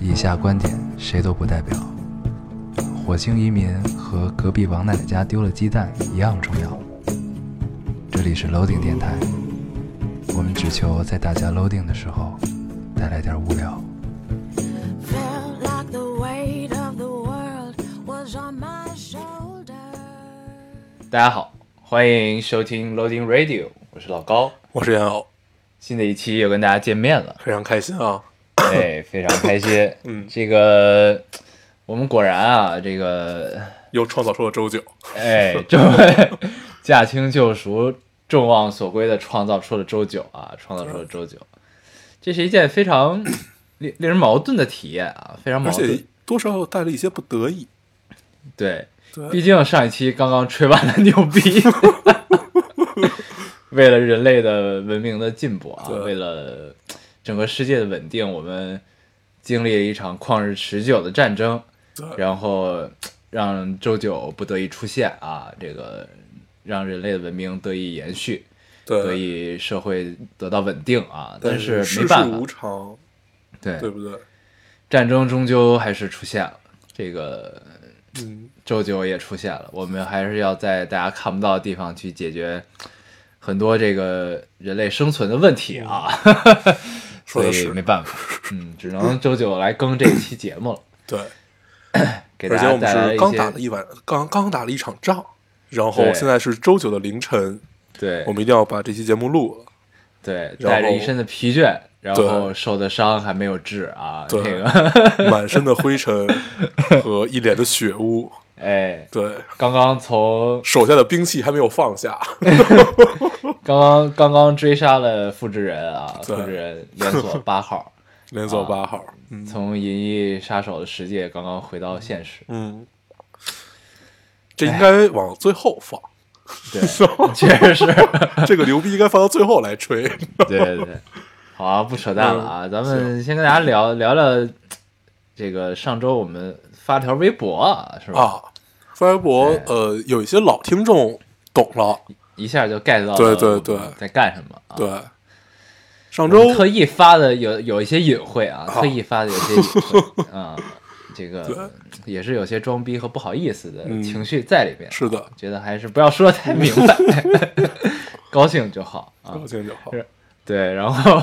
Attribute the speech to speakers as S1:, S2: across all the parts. S1: 以下观点谁都不代表。火星移民和隔壁王奶奶家丢了鸡蛋一样重要。这里是 Loading 电台，我们只求在大家 Loading 的时候带来点无聊。
S2: Felt like the weight of the world was on my shoulders.
S3: 大家好，欢迎收听 Loading Radio，我是老高。
S4: 我是烟偶，
S3: 新的一期又跟大家见面 了，
S4: 非常开心啊！
S3: 哎，非常开心。
S4: 嗯
S3: 这个我们果然啊，这 个
S4: 又创造出了周九，
S3: 哎，这么驾轻就熟，众望所归的创造出了周九啊，创造出了周九。这是一件非常 令令人矛盾的体验啊，非常
S4: 而
S3: 矛
S4: 且
S3: 盾。
S4: 多少带了一些不得已。
S3: 对，毕
S4: 对，
S3: 竟上一期刚刚吹完了牛逼， 为了人类的文明的进步啊，
S4: 对
S3: 为了整个世界的稳定，我们经历了一场旷日持久的战争，
S4: 对
S3: 然后让周九不得已出现啊，这个让人类的文明得以延续，得
S4: 对，
S3: 以社会得到稳定啊。但
S4: 但
S3: 是
S4: 世
S3: 没
S4: 事
S3: 办
S4: 无
S3: 法，
S4: 常，
S3: 对
S4: 对不对？
S3: 战争终究还是出现了，这个
S4: 嗯，
S3: 周九也出现了，我们还是要在大家看不到的地方去解决很多这个人类生存的问题啊，
S4: 嗯 说的
S3: 所以没
S4: 是
S3: 办 法，嗯，只能周九来更这一期节目了，
S4: 对，
S3: 给大
S4: 而且
S3: 家
S4: 我
S3: 带来
S4: 们
S3: 一
S4: 是刚打了
S3: 些
S4: 一晚，刚刚打了一场仗，然后
S3: 对
S4: 现在是周九的凌晨，
S3: 对
S4: 我们一定要把这期节目录了。
S3: 对
S4: 然后
S3: 带着一身的疲倦，然后
S4: 对
S3: 受的伤还没有治啊，这
S4: 对
S3: 个
S4: 满身的灰尘和一脸的血污，
S3: 哎，
S4: 对，
S3: 刚刚从
S4: 手下的兵器还没有放下，
S3: 刚刚刚刚追杀了复制人啊，复
S4: 对
S3: 制人连锁八号，
S4: 连
S3: 啊
S4: 锁八号，嗯
S3: 从银翼杀手的世界刚刚回到现实。
S4: 嗯，这应该往最后放。
S3: 哎对，
S4: 嗯
S3: 确实是，
S4: 这个牛逼应该放到最后来吹。
S3: 对对对，好啊，不扯淡了啊，
S4: 嗯
S3: 咱们先跟大家聊聊聊这个上周我们发条微博啊，是吧？哎
S4: 啊，微博呃，有一些老听众懂了，
S3: 一下就 get 到了
S4: 对对对
S3: 我们在干什么啊？
S4: 对。
S3: 我
S4: 上
S3: 们
S4: 周
S3: 特意发的有有一些隐晦啊，特意发的有些隐晦 啊，这个也是有些装逼和不好意思的
S4: 嗯
S3: 情绪在里边，
S4: 是的，
S3: 觉得还是不要说的太明白， 高兴就好啊。
S4: 高兴就好。
S3: 是对，然后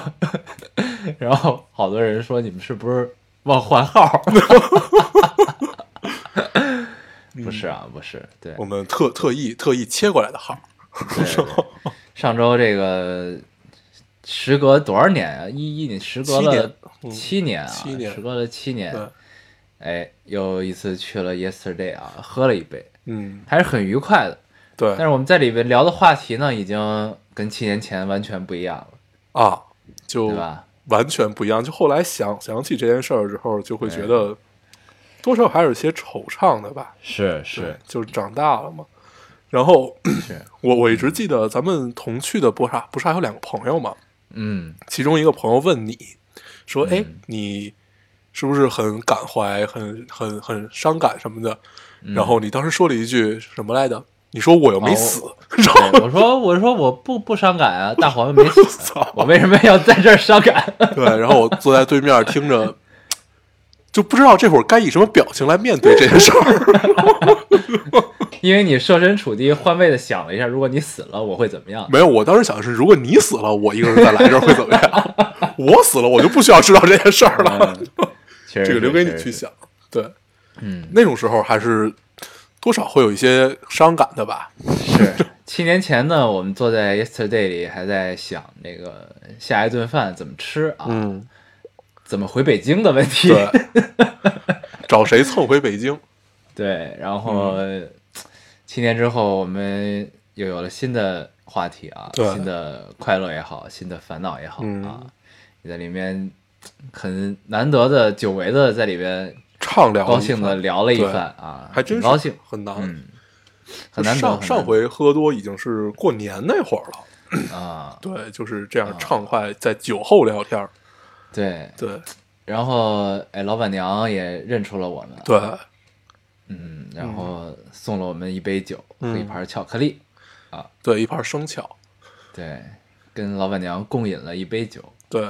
S3: 然后好多人说你们是不是忘换号？ 不是啊，不是，对，
S4: 我们特特意特意切过来的号，
S3: 对对对上周这个时隔多少年啊？一一年，时隔
S4: 七
S3: 了
S4: 年嗯
S3: 七年啊，
S4: 七年
S3: 时隔了七年
S4: 对，
S3: 哎，又一次去了 Yesterday 啊，喝了一杯，
S4: 嗯，
S3: 还是很愉快的。
S4: 对
S3: 但是我们在里面聊的话题呢，已经跟七年前完全不一样了，
S4: 啊，就
S3: 对吧？
S4: 完全不一样。就后来想想起这件事儿之后，就会觉
S3: 哎
S4: 得多少还有些惆怅的吧。
S3: 是
S4: 对
S3: 是，
S4: 就是长大了嘛。然后
S3: 是，
S4: 我我一直记得咱们同去的不是不是还有两个朋友吗？
S3: 嗯，
S4: 其中一个朋友问你说：“哎，你是不是很感怀、很很很伤感什么的？”然后你当时说了一句什么来着？你说我又没死， 然后
S3: 对我说我说我不不伤感啊，大黄又没死
S4: 操，
S3: 我为什么要在这儿伤感？
S4: 对，然后我坐在对面听着，就不知道这会儿该以什么表情来面对这件事 儿。
S3: 因为你设身处地换位的想了一下，如果你死了，我会怎么样？
S4: 没有，我当时想的是，如果你死了，我一个人再来这儿会怎么 样？我死了，我就不需要知道这件事儿了。
S3: 确实
S4: 这
S3: 是
S4: 个留给你去。想。嗯对，嗯，那种时候还是多少会有一些伤感的吧。
S3: 确实是 是七年前呢，我们坐在 Yesterday 里还在想这个下一顿饭怎么吃啊，
S4: 嗯，
S3: 怎么回北京的问题。
S4: 对， 找谁蹭回北京？
S3: 对，然后、
S4: 嗯
S3: 七年之后，我们又有了新的话题啊，
S4: 对
S3: 新的快乐也好，新的烦恼也好、
S4: 嗯
S3: 啊，你在里面很难得的、久违的在里边
S4: 畅聊一番，
S3: 高兴的聊了一番啊，
S4: 还真
S3: 挺
S4: 是
S3: 高兴，
S4: 很难。
S3: 嗯，很难得。
S4: 上
S3: 很
S4: 上
S3: 难得
S4: 回喝多已经是过年那会儿了，
S3: 啊，
S4: 对，就是这样畅快，在酒后聊天儿，
S3: 对，
S4: 对
S3: 然后哎，老板娘也认出了我们，，
S4: 对，
S3: 嗯，然后送了我们一杯酒和
S4: 嗯
S3: 一盘巧克力，
S4: 对，一盘生巧，
S3: 对，跟老板娘共饮了一杯酒，
S4: 对，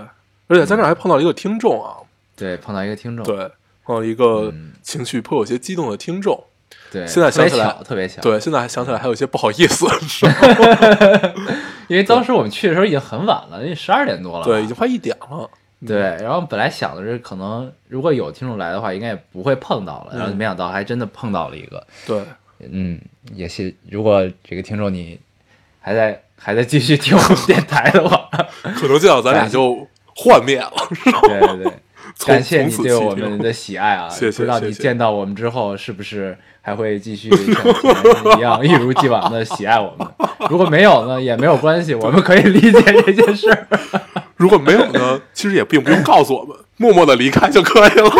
S4: 而且在那儿还碰到一个听众啊，
S3: 对，碰到一个听众，
S4: 对，碰到一个
S3: 嗯
S4: 情绪颇有些激动的听众，
S3: 对，
S4: 现在
S3: 特别
S4: 想起来
S3: 巧，特别巧，，
S4: 对，现在还想起来还有
S3: 嗯
S4: 一些不好意思，是吧
S3: 因为当时我们去的时候已经很晚了，因为十二点多了，
S4: 对，已经快一点了，
S3: 对，然后本来想的是，可能如果有听众来的话，应该也不会碰到了，然后
S4: 嗯
S3: 没想到还真的碰到了一个。
S4: 对，
S3: 嗯，也是，如果这个听众你还在还在继续听我们电台的话，
S4: 可能见到咱俩就幻灭了，
S3: 对对对，
S4: 从
S3: 感谢你
S4: 从此
S3: 对
S4: 弃
S3: 我
S4: 听
S3: 们的喜爱啊！
S4: 谢谢
S3: 不知道你
S4: 谢谢
S3: 见到我们之后是不是还会继 续像以前一样一如既往的喜爱我们？如果没有呢，也没有关系，我们可以理解这件事儿。
S4: 如果没有 呢，其实也并不用告诉我们， 默默的离开就可以了。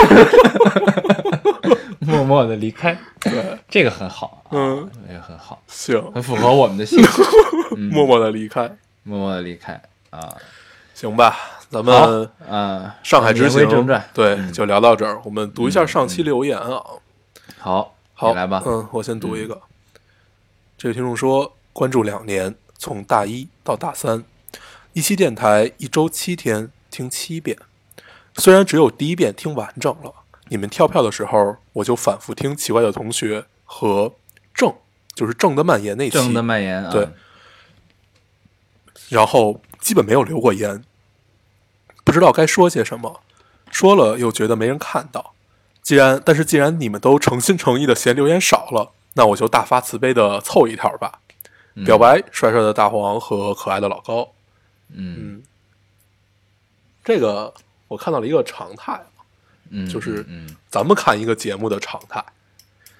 S3: 默默的离开，这个很好啊，
S4: 嗯，
S3: 这个很好，
S4: 行，
S3: 很符合我们的性 格。
S4: 默默的离开，
S3: 默默的离开啊。
S4: 行吧，咱
S3: 好
S4: 们，
S3: 嗯，
S4: 上海之
S3: 言归
S4: 行
S3: 正传，，嗯
S4: 对，就聊到这儿。我们读一下上期留言啊，
S3: 好，
S4: 好，
S3: 你来吧。
S4: 嗯，我先读一个。这位听众说，关注两年，从大一到大三，一期电台一周七天听七遍，虽然只有第一遍听完整了，你们跳票的时候，我就反复听奇怪的同学和正，就是正的蔓延那期，
S3: 正的蔓延啊，
S4: 对然后基本没有留过言，不知道该说些什么，说了又觉得没人看到。既然，但是既然你们都诚心诚意的嫌留言少了，那我就大发慈悲的凑一条吧。
S3: 嗯
S4: 表，白帅帅的大黄和可爱的老高，
S3: 嗯
S4: 嗯，这个我看到了一个常态，
S3: 嗯，
S4: 就是
S3: 嗯，嗯
S4: 咱们看一个节目的常态。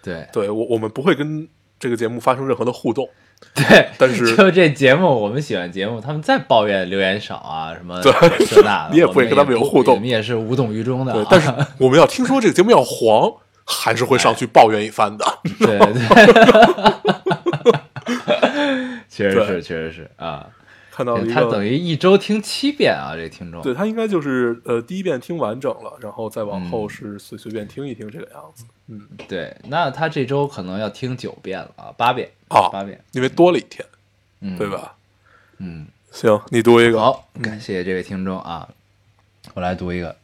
S3: 对
S4: 对我，我们不会跟这个节目发生任何的互动，
S3: 对，
S4: 但是
S3: 就这节目，我们喜欢节目，他们再抱怨留言少啊，什么
S4: 对
S3: 这那的，
S4: 你也
S3: 我
S4: 不会跟他们有互动
S3: 我们也是无动于衷的啊
S4: 对，。但是我们要听说这个节目要黄，还是会上去抱怨一 番的。
S3: 对对， 确实
S4: 对
S3: 是，确实是啊。
S4: 看到了一个，
S3: 他等于一周听七遍啊，这听众。
S4: 对他应该就是呃第一遍听完整了，然后再往后
S3: 嗯
S4: 是随随便听一听这个样子。嗯，
S3: 对，那他这周可能要听九遍了啊，八遍
S4: 啊
S3: 八遍，
S4: 因为多了一天，
S3: 嗯，
S4: 对？吧？
S3: 嗯，
S4: 行，你读一个。
S3: 好，感谢这位听众啊，我来读一个。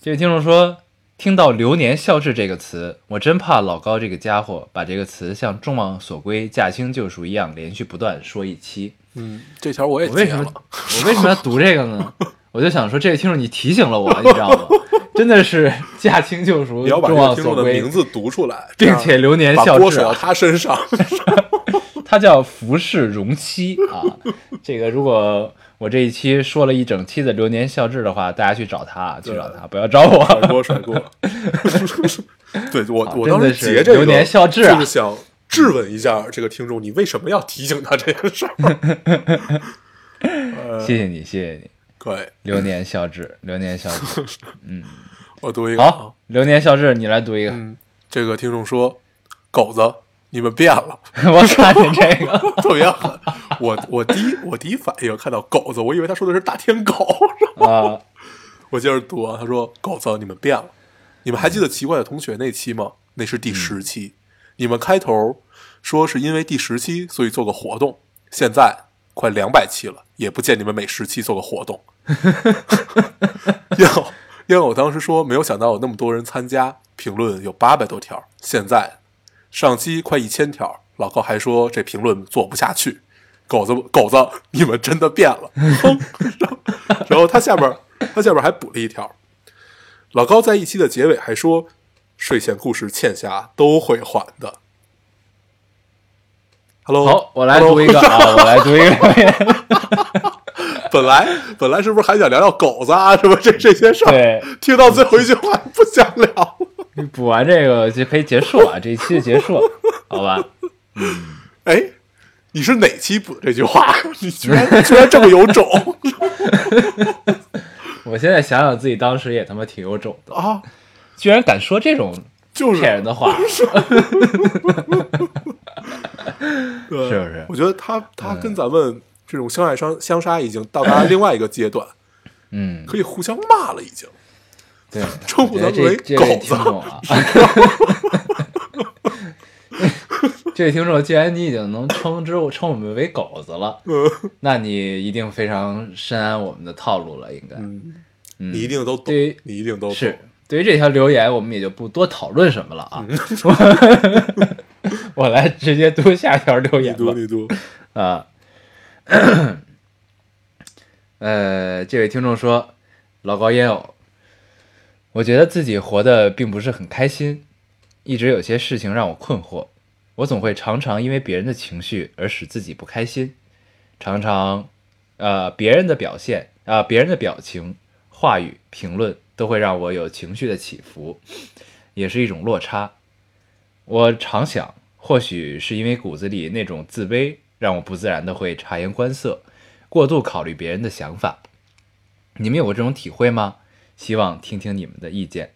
S3: 这位听众说，听到“流年校志”这个词，我真怕老高这个家伙把这个词像众望所归、驾轻就熟一样，连续不断说一期。
S4: 嗯，这条我也
S3: 我为
S4: 截
S3: 什么
S4: 了。
S3: 我为什么要读这个 呢？我就想说，这位听众你提醒了我，你知道吗？真的是驾轻就熟，
S4: 你要把这
S3: 众
S4: 个
S3: 望
S4: 听
S3: 所
S4: 众的
S3: 归
S4: 名，字读出来，这
S3: 并
S4: 样
S3: 且流年
S4: 把
S3: 校
S4: 锅
S3: 志、
S4: 甩到
S3: 啊。
S4: 他身上。
S3: 他叫服饰容妻啊。这个如果我这一期说了一整期的流年校志的话，大家去找他啊，去
S4: 对
S3: 找他，不要找我。
S4: 甩锅甩锅。 对我
S3: 啊
S4: 我
S3: 真
S4: 当时
S3: 的是
S4: 截这个
S3: 流年校志啊
S4: 就是想质问一下这个听众，你为什么要提醒他这个事 儿？
S3: 谢谢你，谢谢你。
S4: 可以，
S3: 流年校志， 流年校志。
S4: 我读一个。
S3: 好，流年校志，你来读一个。
S4: 嗯，这个听众说，狗子，你们变了，
S3: 我看见这个，
S4: 特别狠。我我第一我第一反应看到狗子，我以为他说的是大天狗。
S3: 啊，
S4: 我接着读啊，他说：“狗子，你们变了，你们还记得奇怪的同学那期吗？那是第十期，你们开头说是因为第十期所以做个活动，现在快两百期了，也不见你们每十期做个活动。 因为我因为我当时说没有想到有那么多人参加，评论有八百多条，现在上期快一千条，老高还说这评论做不下去。”狗子，狗子，你们真的变了。然后他下边儿，他下边儿还补了一条，老高在一期的结尾还说，睡前故事欠下都会还的。Hello，
S3: 好， 我来读一个啊，
S4: Hello
S3: 我来读一 个。
S4: 本来本来是不是还想聊聊狗子啊，什么这这些事儿？
S3: 对，
S4: 听到最后一句话不想聊了。
S3: 补完这个就可以结束啊，这一期就结束了，好吧？
S4: 哎，你是哪期补这句 话？你居然居然这么有种
S3: 我现在想想自己当时也他妈挺有种的，
S4: 啊！
S3: 居然敢说这种
S4: 就是
S3: 骗人的话。
S4: 对
S3: 是不是
S4: 我觉得他他跟咱们这种相爱相相杀已经到达另外一个阶 段，
S3: 嗯，
S4: 可以互相骂了，已经。
S3: 对，
S4: 称呼
S3: 我
S4: 他
S3: 觉得
S4: 们
S3: 这这
S4: 为狗
S3: 位
S4: 子
S3: 听众啊， 这位听众，既然你已经能称之称我们为狗子了，
S4: 嗯
S3: 那你一定非常深谙我们的套路了，应该。
S4: 嗯，你一定都懂
S3: 对于，
S4: 你一定都懂
S3: 是。，对于这条留言，我们也就不多讨论什么了啊。
S4: 嗯
S3: 我来直接读下一条留
S4: 你
S3: 言吧
S4: 读，。你 读，
S3: 啊，呃，这位听众说，老高烟友，我觉得自己活得并不是很开心，一直有些事情让我困惑，我总会常常因为别人的情绪而使自己不开心，常常，呃，别人的表现啊、别人的表情、话语、评论都会让我有情绪的起伏，也是一种落差。我常想，或许是因为骨子里那种自卑，让我不自然的会察言观色，过度考虑别人的想法。你们有过这种体会吗？希望听听你们的意见。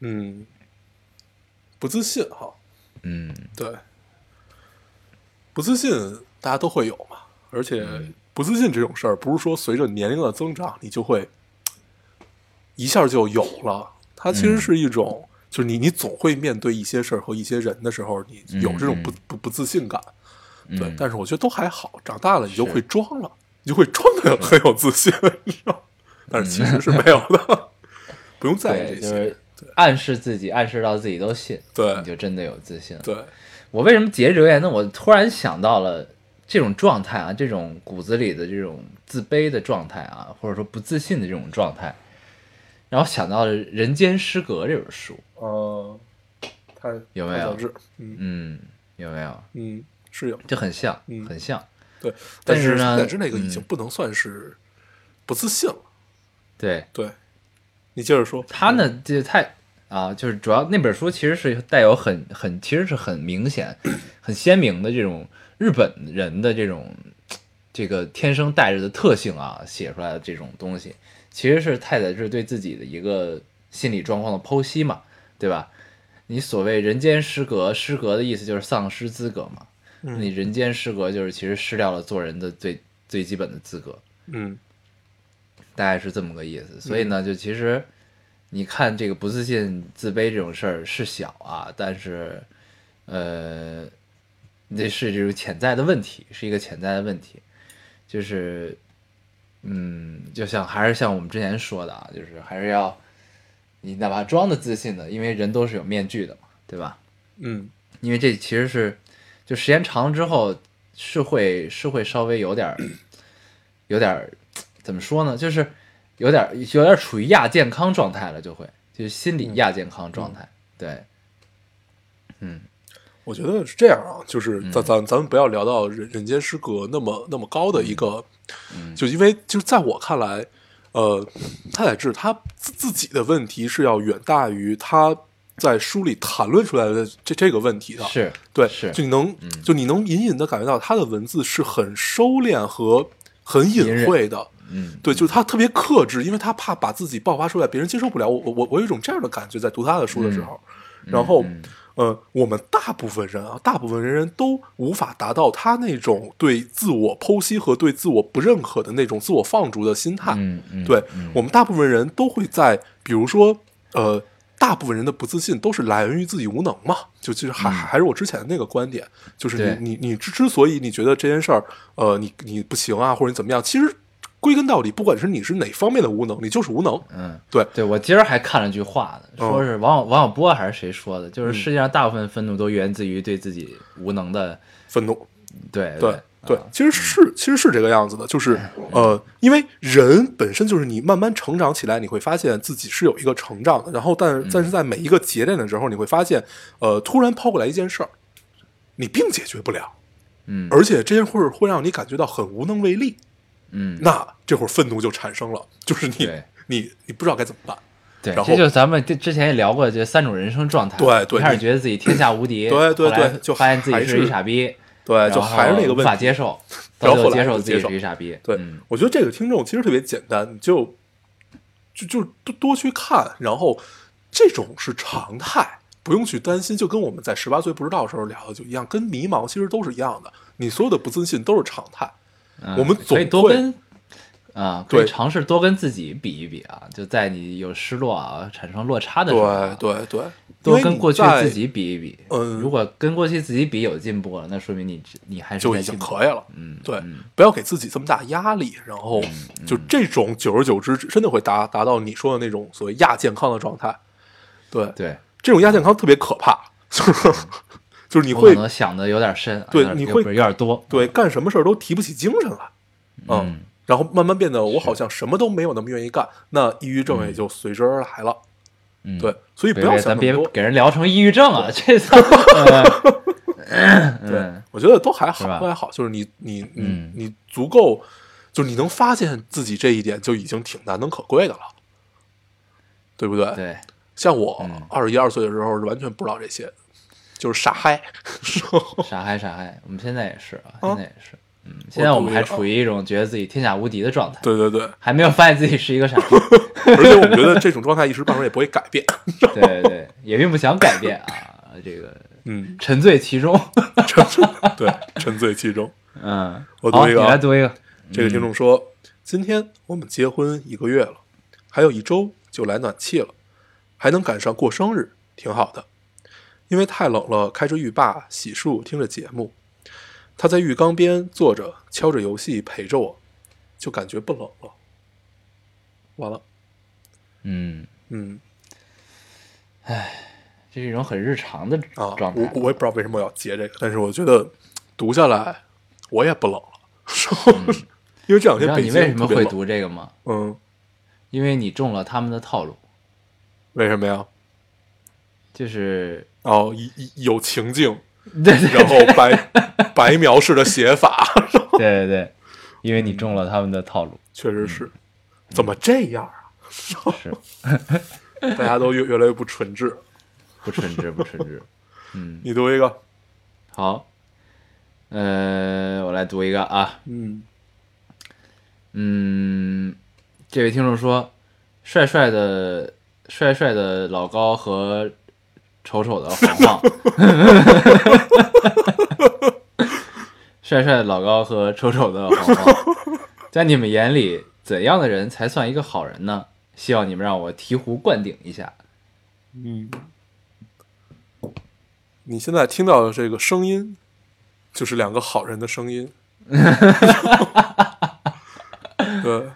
S4: 嗯，不自信哈，
S3: 嗯
S4: 对，不自信大家都会有嘛，而且
S3: 嗯
S4: 不自信这种事儿，不是说随着年龄的增长你就会一下就有了，它其
S3: 嗯
S4: 实是一种，就是你你总会面对一些事儿和一些人的时候，你有这种不、
S3: 嗯
S4: 不不自信感，
S3: 嗯
S4: 对，但是我觉得都还好，长大了你就是会装了，你就会装
S3: 嗯
S4: 的很有自信，你知道吗？但是其实是没有的，不用在
S3: 对，
S4: 意这
S3: 就
S4: 些，
S3: 是暗示自己，暗示到自己都信，
S4: 对
S3: 你就真的有自信了。
S4: 对。
S3: 我为什么截留言呢？我突然想到了这种状态啊，这种骨子里的这种自卑的状态啊，或者说不自信的这种状态，然后想到了《人间失格》这本书，
S4: 呃，太
S3: 有没
S4: 太
S3: 有
S4: 小智嗯
S3: 嗯，有没有？
S4: 嗯，是有
S3: 就很像，
S4: 嗯
S3: 很像。
S4: 对，
S3: 但
S4: 但
S3: 是呢
S4: 但是那个已经
S3: 嗯
S4: 不能算是不自信了。
S3: 对
S4: 对，你接着说。
S3: 他呢，就太啊，就是主要那本书其实是带有很很，其实是很明显、 很鲜明的这种日本人的这种这个天生带着的特性啊，写出来的这种东西，其实是太宰治对自己的一个心理状况的剖析嘛，对吧？你所谓人间失格，失格的意思就是丧失资格嘛。
S4: 嗯
S3: 你人间失格就是其实失掉了做人的最最基本的资格。
S4: 嗯
S3: 大概是这么个意思。所以呢，就其实你看这个不自信、自卑这种事儿是小啊，但是呃，那是这种潜在的问题，是一个潜在的问题，就是嗯，就像还是像我们之前说的啊，就是还是要你哪怕装的自信的，因为人都是有面具的嘛，对吧？
S4: 嗯
S3: 因为这其实是就时间长了之后是会是会稍微有点儿有点儿怎么说呢，就是有点儿有点儿处于亚健康状态了，就会就是心
S4: 嗯
S3: 理亚健康状态，对，嗯
S4: 我觉得是这样啊，就是咱咱咱们不要聊到人人间失格那么那么高的一个，
S3: 嗯
S4: 就因为就是在我看来，呃，太宰治他自自己的问题是要远大于他在书里谈论出来的这这个问题的。
S3: 是
S4: 啊对，
S3: 是嗯
S4: 就你能、就你能隐隐的感觉到他的文字是很收敛和很隐晦的，
S3: 嗯
S4: 对，就是他特别克制，因为他怕把自己爆发出来，别人接受不了。我我我我有一种这样的感觉，在读他的书的时候，然后。呃，我们大部分人啊，大部分人都无法达到他那种对自我剖析和对自我不认可的那种自我放逐的心态。
S3: 嗯嗯
S4: 啊对、我们大部分人都会在，比如说，呃，大部分人的不自信都是来源于自己无能嘛，就就是还、还是我之前的那个观点，就是
S3: 嗯对
S4: 你你你之之所以你觉得这件事儿，呃，你你不行啊，或者你怎么样，其实归根到底，不管是你是哪方面的无能，你就是无能。
S3: 嗯。
S4: 对，
S3: 对，我今儿还看了句话呢，
S4: 嗯
S3: 说是王小王小波还是谁说的，就是世界上大部分愤怒都源自于对自己无能的，
S4: 愤怒，
S3: 对
S4: 对对
S3: 啊，
S4: 其实是其实是这个样子的，就是呃，因为人本身就是你慢慢成长起来，你会发现自己是有一个成长的，然后但但是在每一个节点的时候，你会发现，呃，突然抛过来一件事儿，你并解决不了，
S3: 嗯
S4: 而且这件事儿会让你感觉到很无能为力，
S3: 嗯，
S4: 那这会儿愤怒就产生了，就是你
S3: 对
S4: 你你不知道该怎么办，
S3: 对，
S4: 然
S3: 这
S4: 后
S3: 就是咱们之之前也聊过这三种人生状态。
S4: 对对
S3: 一开始
S4: 你
S3: 觉得自己天下无敌，
S4: 对对
S3: 后来
S4: 对就
S3: 发现自己
S4: 还
S3: 是一
S4: 是
S3: 傻逼，
S4: 对，
S3: 然后
S4: 就还是那个
S3: 无
S4: 问
S3: 法
S4: 题，
S3: 接受，
S4: 然
S3: 到
S4: 后
S3: 最
S4: 后
S3: 接
S4: 来
S3: 受
S4: 就
S3: 自己
S4: 接
S3: 是
S4: 受
S3: 一傻逼。
S4: 对，
S3: 嗯
S4: 我觉得这个听众其实特别简单，你就就就多多去看，然后这种是常态，不用去担心。就跟我们在十八岁不知道的时候聊的就一样，跟迷茫其实都是一样的。你所有的不自信都是常态，
S3: 嗯
S4: 我们
S3: 所以
S4: 总
S3: 多
S4: 会
S3: 跟啊，可以
S4: 对
S3: 尝试多跟自己比一比啊，就在你有失落啊、产生落差的时候啊、
S4: 对对对，因
S3: 多
S4: 为
S3: 跟
S4: 你
S3: 过去
S4: 在
S3: 自己比一比。
S4: 嗯
S3: 如果跟过去自己比有进步了，那说明你你还是
S4: 就
S3: 在
S4: 已经
S3: 进步
S4: 可以了。
S3: 嗯，
S4: 对
S3: 嗯，
S4: 不要给自己这么大压力，然后就这种久而久之，真的会达达到你说的那种所谓亚健康的状态。对，
S3: 对，
S4: 这种亚健康特别可怕， 就是你
S3: 我可
S4: 会
S3: 能想的有点深啊，
S4: 对
S3: 有点
S4: 你
S3: 有
S4: 会
S3: 不是有点多，
S4: 对干什么事儿都提不起精神来，
S3: 嗯，
S4: 然后慢慢变得我好像什么都没有那么愿意干，那抑郁症也就随之而来了。
S3: 嗯，
S4: 对，所以不
S3: 别
S4: 要
S3: 别，
S4: 想
S3: 咱
S4: 那
S3: 别
S4: 么多。
S3: 给人聊成抑郁症啊，这 次，
S4: 对
S3: 嗯，
S4: 我觉得都还好
S3: 是吧，
S4: 都还好，就是你你你
S3: 嗯
S4: 你足够，就是你能发现自己这一点就已经挺难能可贵的了，对不对？
S3: 对，
S4: 像我
S3: 嗯
S4: 二十一二岁的时候是完全不知道这些，就是傻 嗨，
S3: 傻嗨傻嗨，我们现在也是啊，
S4: 啊
S3: 现在也是，嗯，现在我们
S4: 同意
S3: 还
S4: 了
S3: 处于一种觉得自己天下无敌的状态，
S4: 对对对，
S3: 还没有发现自己是一 个傻逼，
S4: 而且我觉得这种状态一时半会儿也不会改变，
S3: 对对对，也并不想改变啊，这个
S4: 嗯，
S3: 沉醉其 中，
S4: 沉醉，对，沉醉其中。
S3: 嗯，
S4: 我
S3: 好，
S4: 读一
S3: 你
S4: 个啊
S3: 来读一个，
S4: 这个听众说：“今天我们结婚一个月了，还有一周就来暖气了，还能赶上过生日，挺好的。因为太冷了，开着浴霸洗漱，听着节目。他在浴缸边坐着，敲着游戏陪着我，就感觉不冷了。完了，
S3: 嗯，
S4: 嗯
S3: 这是一种很日常的
S4: 啊，
S3: 状态
S4: 我，我也不知道为什么我要截这个，但是我觉得读下来我也不冷了， 因为这两
S3: 你嗯知道你
S4: 天北京
S3: 为什么
S4: 特别
S3: 会
S4: 冷？
S3: 读这个吗？
S4: 嗯，
S3: 因为你中了他们的套路，
S4: 为什么呀？
S3: 就是
S4: 哦，一一有情境。”
S3: 对对
S4: 然后白 白描式的写法，
S3: 对对对，因为你中了他们的套路，
S4: 确实是，
S3: 嗯
S4: 怎么这样啊？
S3: 是嗯
S4: 大家都越越来越不纯质。
S3: 不称职不称职。嗯
S4: 你读一个，
S3: 好，呃，我来读一个啊，
S4: 嗯，
S3: 嗯，这位听众说，帅帅的帅帅的老高和丑丑的黄 黄，帅帅的老高和丑丑的黄黄，在你们眼里，怎样的人才算一个好人呢？希望你们让我醍醐灌顶一下。
S4: 你现在听到的这个声音，就是两个好人的声 音。对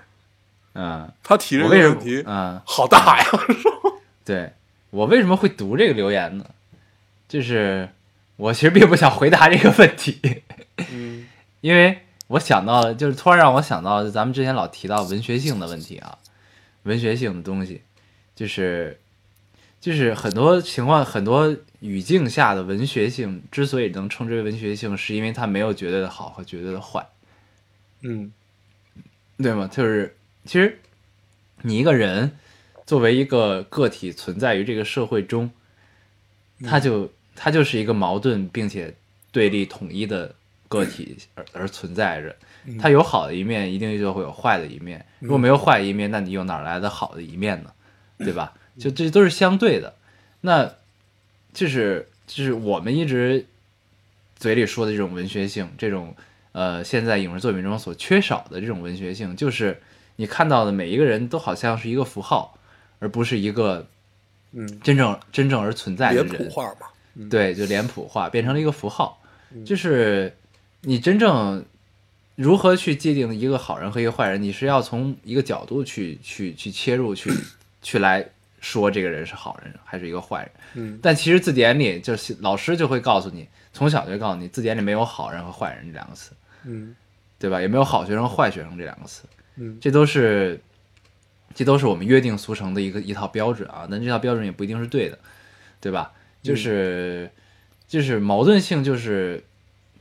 S3: 嗯，
S4: 他提这
S3: 我
S4: 个
S3: 为什
S4: 问
S3: 么
S4: 题，
S3: 嗯，
S4: 好大呀！
S3: 对我为什么会读这个留言呢？就是我其实并不想回答这个问题，
S4: 嗯
S3: 因为我想到了，就是突然让我想到了咱们之前老提到文学性的问题啊，文学性的东西，就是就是很多情况很多语境下的文学性之所以能称之为文学性，是因为它没有绝对的好和绝对的坏，
S4: 嗯
S3: 对吗？就是其实你一个人作为一个个体存在于这个社会中，他就他就是一个矛盾并且对立统一的个体而而存在着。它有好的一面，一定就会有坏的一面。如果没有坏的一面，那你又哪来的好的一面呢？对吧？就这都是相对的。那就是就是我们一直嘴里说的这种文学性，这种呃，现在影视作品中所缺少的这种文学性，就是你看到的每一个人都好像是一个符号，而不是一个
S4: 嗯，
S3: 真正真正而存在的
S4: 脸
S3: 人。
S4: 谱化嘛，
S3: 对，就脸谱化变成了一个符号，就是你真正如何去界定一个好人和一个坏人，你是要从一个角度去去去切入去去来说这个人是好人还是一个坏人。
S4: 嗯
S3: 但其实字典里就是老师就会告诉你，从小就告诉你，字典里没有好人和坏人这两个词，
S4: 嗯
S3: 对吧？也没有好学生和坏学生这两个词，
S4: 嗯
S3: 这都是这都是我们约定俗成的一个一套标准啊，但这套标准也不一定是对的，对吧？就是、就是矛盾性，就是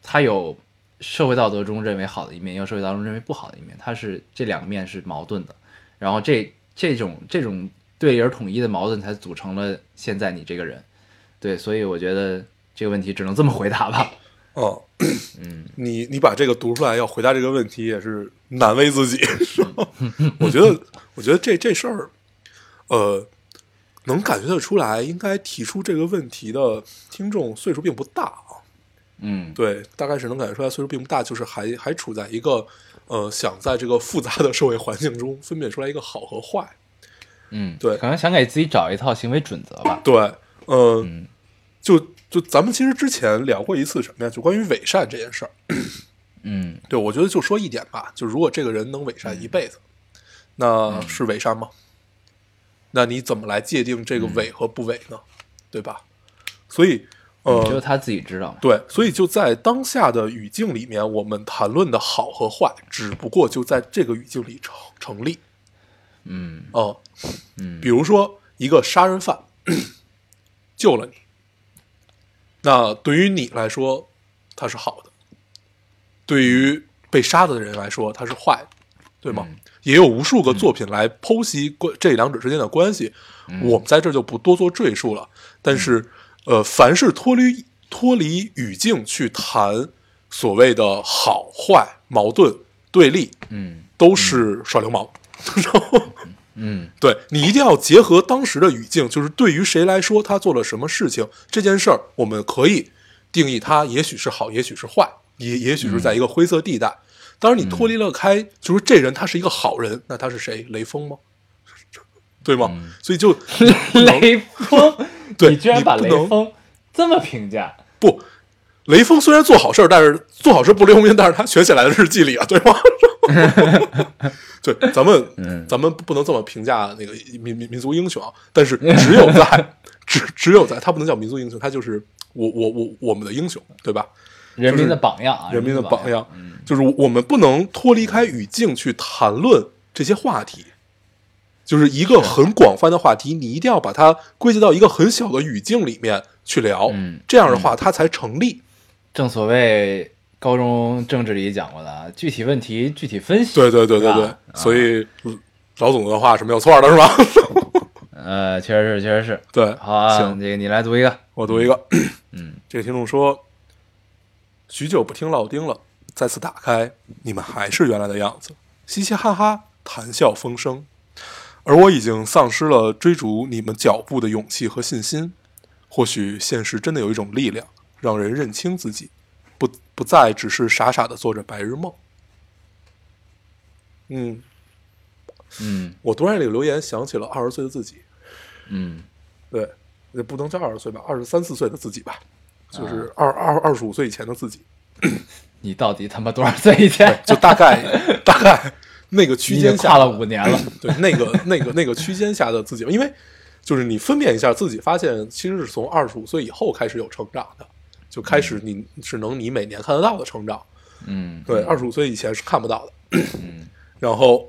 S3: 它有社会道德中认为好的一面，也有社会道德中认为不好的一面，它是这两面是矛盾的。然后这这种这种对立而统一的矛盾，才组成了现在你这个人。对，所以我觉得这个问题只能这么回答吧。
S4: 哦，
S3: 嗯，
S4: 你你把这个读出来，要回答这个问题也是难为自己。 是吧我觉得，我觉得这这事儿，呃，能感觉得出来，应该提出这个问题的听众岁数并不大啊。
S3: 嗯，
S4: 对，大概是能感觉出来，岁数并不大，就是还还处在一个呃，想在这个复杂的社会环境中分辨出来一个好和坏。
S3: 嗯，
S4: 对
S3: 可能想给自己找一套行为准则吧。
S4: 对，呃、嗯，就就咱们其实之前聊过一次什么呀？就关于伪善这件事儿。
S3: 嗯，
S4: 对，我觉得就说一点吧，就如果这个人能伪善一辈子，那是伪善吗？那你怎么来界定这个伪和不伪呢？对吧？所以，呃，
S3: 只有他自己知道嘛。
S4: 对，所以就在当下的语境里面，我们谈论的好和坏，只不过就在这个语境里成成立。
S3: 嗯
S4: 哦、
S3: 嗯
S4: 比如说一个杀人犯救了你，那对于你来说他是好的，对于被杀的人来说他是坏的，对吗？
S3: 嗯
S4: 也有无数个作品来剖析关这两者之间的关系，
S3: 嗯
S4: 我们在这儿就不多做赘述了。但是，呃，凡是脱离脱离语境去谈所谓的好坏、矛盾、对立，
S3: 嗯
S4: 都是耍流氓。然后，
S3: 嗯
S4: 对你一定要结合当时的语境，就是对于谁来说他做了什么事情这件事儿，我们可以定义它，也许是好，也许是坏，也也许是在一个灰色地带。当然，你脱离了开，就是这人他是一个好人，那他是谁？雷锋吗？对吗？所以就不能
S3: 雷锋，
S4: 对
S3: 你居然
S4: 你
S3: 把
S4: 不
S3: 雷
S4: 能
S3: 锋这么评价？
S4: 不，雷锋虽然做好事儿，但是做好事儿不留名，但是他写起来的日记里啊，对吗？对，咱们、
S3: 嗯
S4: 咱们不能这么评价那个民民民族英雄，啊，但是只有在只只有在他不能叫民族英雄，他就是我我我我们的英雄，对吧？
S3: 人民的榜样啊，
S4: 人民
S3: 的
S4: 的榜
S3: 榜
S4: 样，就是我们不能脱离开语境去谈论这些话题，就是一个很广泛的话题，你一定要把它归结到一个很小的语境里面去聊，
S3: 嗯
S4: 这样的话它才成立。
S3: 正所谓高中政治里讲过的啊，具体问题具体分析。
S4: 对对对对对，
S3: 吧啊
S4: 所以嗯老总的话是没有错的，是吧？
S3: 呃，确实是，确实是。
S4: 对，
S3: 好啊，
S4: 行，
S3: 这个你来读一个。
S4: 我读一个，
S3: 嗯，
S4: 这个听众说，许久不听老丁了，再次打开，你们还是原来的样子，嘻嘻哈哈，谈笑风生，而我已经丧失了追逐你们脚步的勇气和信心。或许现实真的有一种力量，让人认清自己，不不再只是傻傻的做着白日梦。嗯，
S3: 嗯
S4: 我读完这个留言，想起了二十岁的自己。
S3: 嗯
S4: 对，也不能叫二十岁吧，二十三四岁的自己吧，
S3: 啊
S4: 就是二二二十五岁以前的自己，
S3: 你到底他妈多少岁以前？
S4: 就大概 大概那个 区
S3: 已经
S4: 间
S3: 跨
S4: 下，嗯
S3: 了五年了。
S4: 对那个那个那个区间下的自己，因为就是你分辨一下自己，发现其实是从二十五岁以后开始有成长的，就开始你只能你每年看得到的成长，
S3: 嗯，
S4: 对，二十五岁以前是看不到的。 然后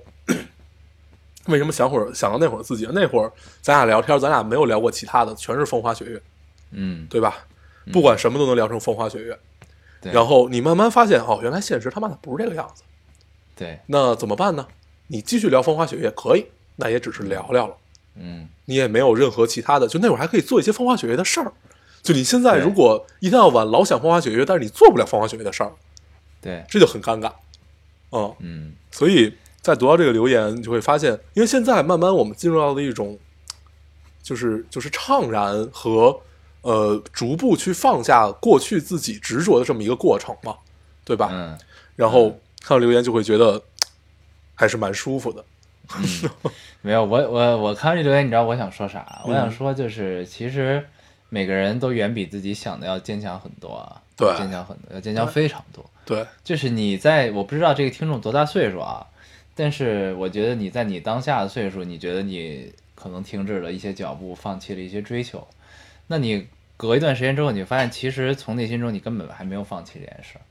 S4: 为什么想会儿想到那会儿自己？那会儿咱俩聊天，咱俩没有聊过其他的，全是风花雪月。
S3: 嗯，
S4: 对吧？不管什么都能聊成风花雪月。
S3: 对
S4: 然后你慢慢发现，哦，原来现实他妈的不是这个样子。
S3: 对，
S4: 那怎么办呢？你继续聊风花雪月可以，那也只是聊聊了，
S3: 嗯
S4: 你也没有任何其他的。就那会儿还可以做一些风花雪月的事儿。就你现在
S3: 对
S4: 如果一天到晚老想风花雪月，但是你做不了风花雪月的事儿，
S3: 对，
S4: 这就很尴尬。嗯，
S3: 嗯
S4: 所以在读到这个留言，你就会发现，因为现在慢慢我们进入到了一种，就是就是怅然和呃逐步去放下过去自己执着的这么一个过程嘛，对吧？
S3: 嗯。
S4: 然后看到留言就会觉得还是蛮舒服的。
S3: 没有，我我我看完这留言，你知道我想说啥？我想说就是，其实每个人都远比自己想的要坚强很多啊，
S4: 对
S3: 坚强很多，要坚强非常多。
S4: 对，
S3: 就是你在我不知道这个听众多大岁数啊，但是我觉得你在你当下的岁数，你觉得你可能停止了一些脚步，放弃了一些追求，那你隔一段时间之后，你发现其实从内心中你根本还没有放弃这件事儿，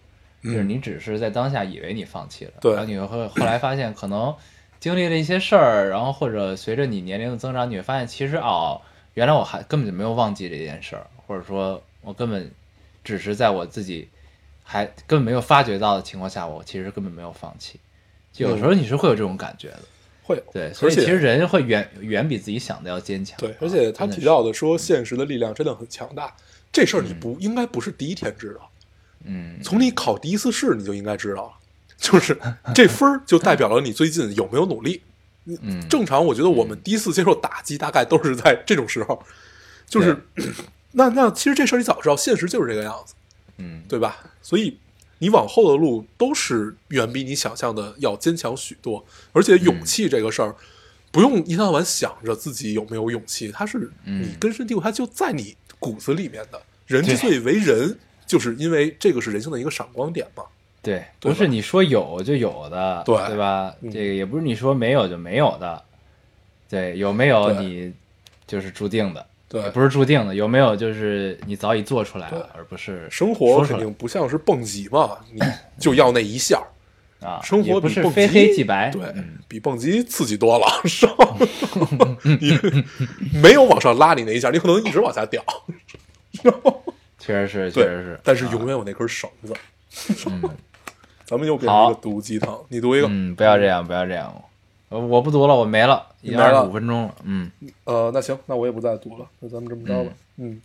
S3: 就是你只是在当下以为你放弃了，
S4: 对
S3: 然后你会后来发现可能经历了一些事儿，然后或者随着你年龄的增长，你会发现其实哦，原来我还根本就没有忘记这件事儿，或者说我根本只是在我自己还根本没有发觉到的情况下，我其实根本没有放弃。就有时候你是会有这种感觉的，
S4: 会有
S3: 对，所
S4: 而
S3: 以其
S4: 且
S3: 实人会远远比自己想的要坚强。
S4: 对
S3: 啊，
S4: 而且他
S3: 真的
S4: 提
S3: 是
S4: 到的说现实的力量真的很强大，这事儿你不应该不是第一天知道，
S3: 嗯，
S4: 从你考第一次试你就应该知道了，就是这分儿就代表了你最近有没有努力。
S3: 嗯
S4: 正常，我觉得我们第一次接受打击，大概都是 在这种时候，就是那那其实这事儿你早知道，现实就是这个样子，
S3: 嗯
S4: 对吧？所以你往后的路都是远比你想象的要坚强许多，而且
S3: 嗯
S4: 勇气这个事儿，不用一天到晚想着自己有没有勇气，它是
S3: 嗯
S4: 你根深蒂固，它就在你骨子里面的。人
S3: 对
S4: 之所以为人，就是因为这个是人性的一个闪光点嘛。
S3: 对，
S4: 对
S3: 不是
S4: 吧
S3: 你说有就有的，
S4: 对
S3: 对吧？
S4: 嗯
S3: 这个也不是你说没有就没有的，对，有没有
S4: 对
S3: 你就是注定的，
S4: 对
S3: 也不是注定的，有没有就是你早已做出来
S4: 对
S3: 了，而不是说
S4: 生活
S3: 出
S4: 肯
S3: 来
S4: 定不像是蹦极嘛，你就要那一下儿。
S3: 啊，
S4: 生
S3: 也
S4: 活
S3: 不
S4: 比
S3: 是
S4: 蹦极
S3: 非黑即白，
S4: 对
S3: 嗯，
S4: 比蹦极刺激多了，是吧？ 你没有往上拉你那一下，你可能一直往下掉。
S3: 确实是，确
S4: 对，
S3: 实是，啊嗯
S4: 但是永远有那根绳子。 咱们又变成
S3: 好
S4: 一个毒鸡汤，你读一个。
S3: 嗯，不要这样，不要这样，我我不读了，我没了，已经
S4: 你没
S3: 二
S4: 了
S3: 十五分钟了，嗯，
S4: 呃，那行，那我也不再读了，那咱们这么着吧。嗯，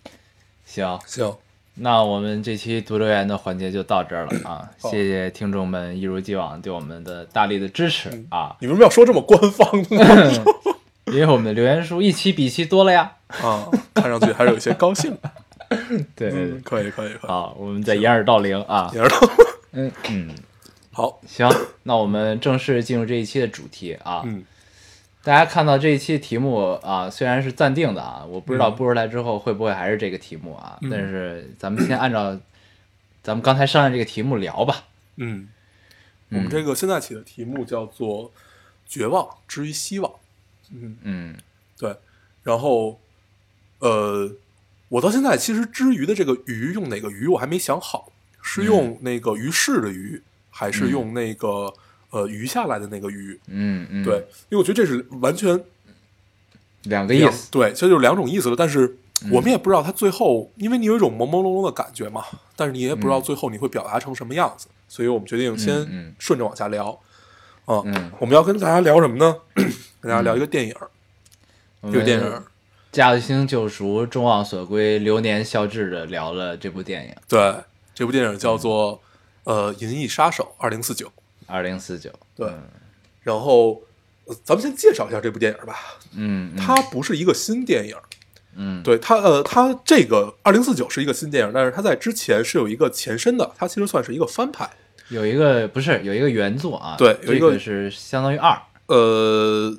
S3: 行，
S4: 行，
S3: 那我们这期读留言的环节就到这儿了啊，
S4: 好
S3: 谢谢听众们一如既往对我们的大力的支持啊，
S4: 你为什么要说这么官方呢？
S3: 因为我们的留言数一期比一期多了呀。
S4: 啊，看上去还是有一些高兴。
S3: 对对对
S4: 嗯，，可以，可以，可以。
S3: 好，我们再掩耳盗铃啊
S4: 你。知道吗？
S3: 嗯嗯，
S4: 好，
S3: 行，那我们正式进入这一期的主题啊。
S4: 嗯，
S3: 大家看到这一期题目啊，虽然是暂定的啊，我不知道播出来之后会不会还是这个题目啊，但是咱们先按照咱们刚才商量这个题目聊吧。
S4: 嗯，我们这个现在起的题目叫做《绝望之于希望》。嗯，
S3: 嗯
S4: 对。然后，呃，我到现在其实“之鱼”的这个“鱼”用哪个“鱼”我还没想好，
S3: 嗯
S4: 是用那个鱼市的“鱼”，还是用那个呃余下来的那个“鱼
S3: 嗯”？嗯，
S4: 对，，因为我觉得这是完全
S3: 两个意
S4: 两
S3: 思。
S4: 对，这就是两种意思了。但是我们也不知道它最后，因为你有一种朦朦胧胧的感觉嘛，但是你也不知道最后你会表达成什么样子，所以我们决定
S3: 嗯嗯
S4: 先顺着往下聊。啊，
S3: 嗯
S4: 我们要跟大家聊什么呢？跟大家聊一个电影儿，
S3: 嗯
S4: 这个电影儿
S3: 《驾轻就熟》，众望所归，流年消逝的聊了这部电影《
S4: 对，这部电影叫做、呃《银翼杀手二零四九》。
S3: 二零四九》。
S4: 对，然后、呃咱们先介绍一下这部电影吧。
S3: 嗯，嗯
S4: 它不是一个新电影，
S3: 嗯
S4: 对它呃，它这个二零四九是一个新电影，但是它在之前是有一个前身的，它其实算是一个翻拍。
S3: 有一个不是有一个原作啊，
S4: 对有
S3: 这
S4: 一个
S3: 个是相当于二，
S4: 呃，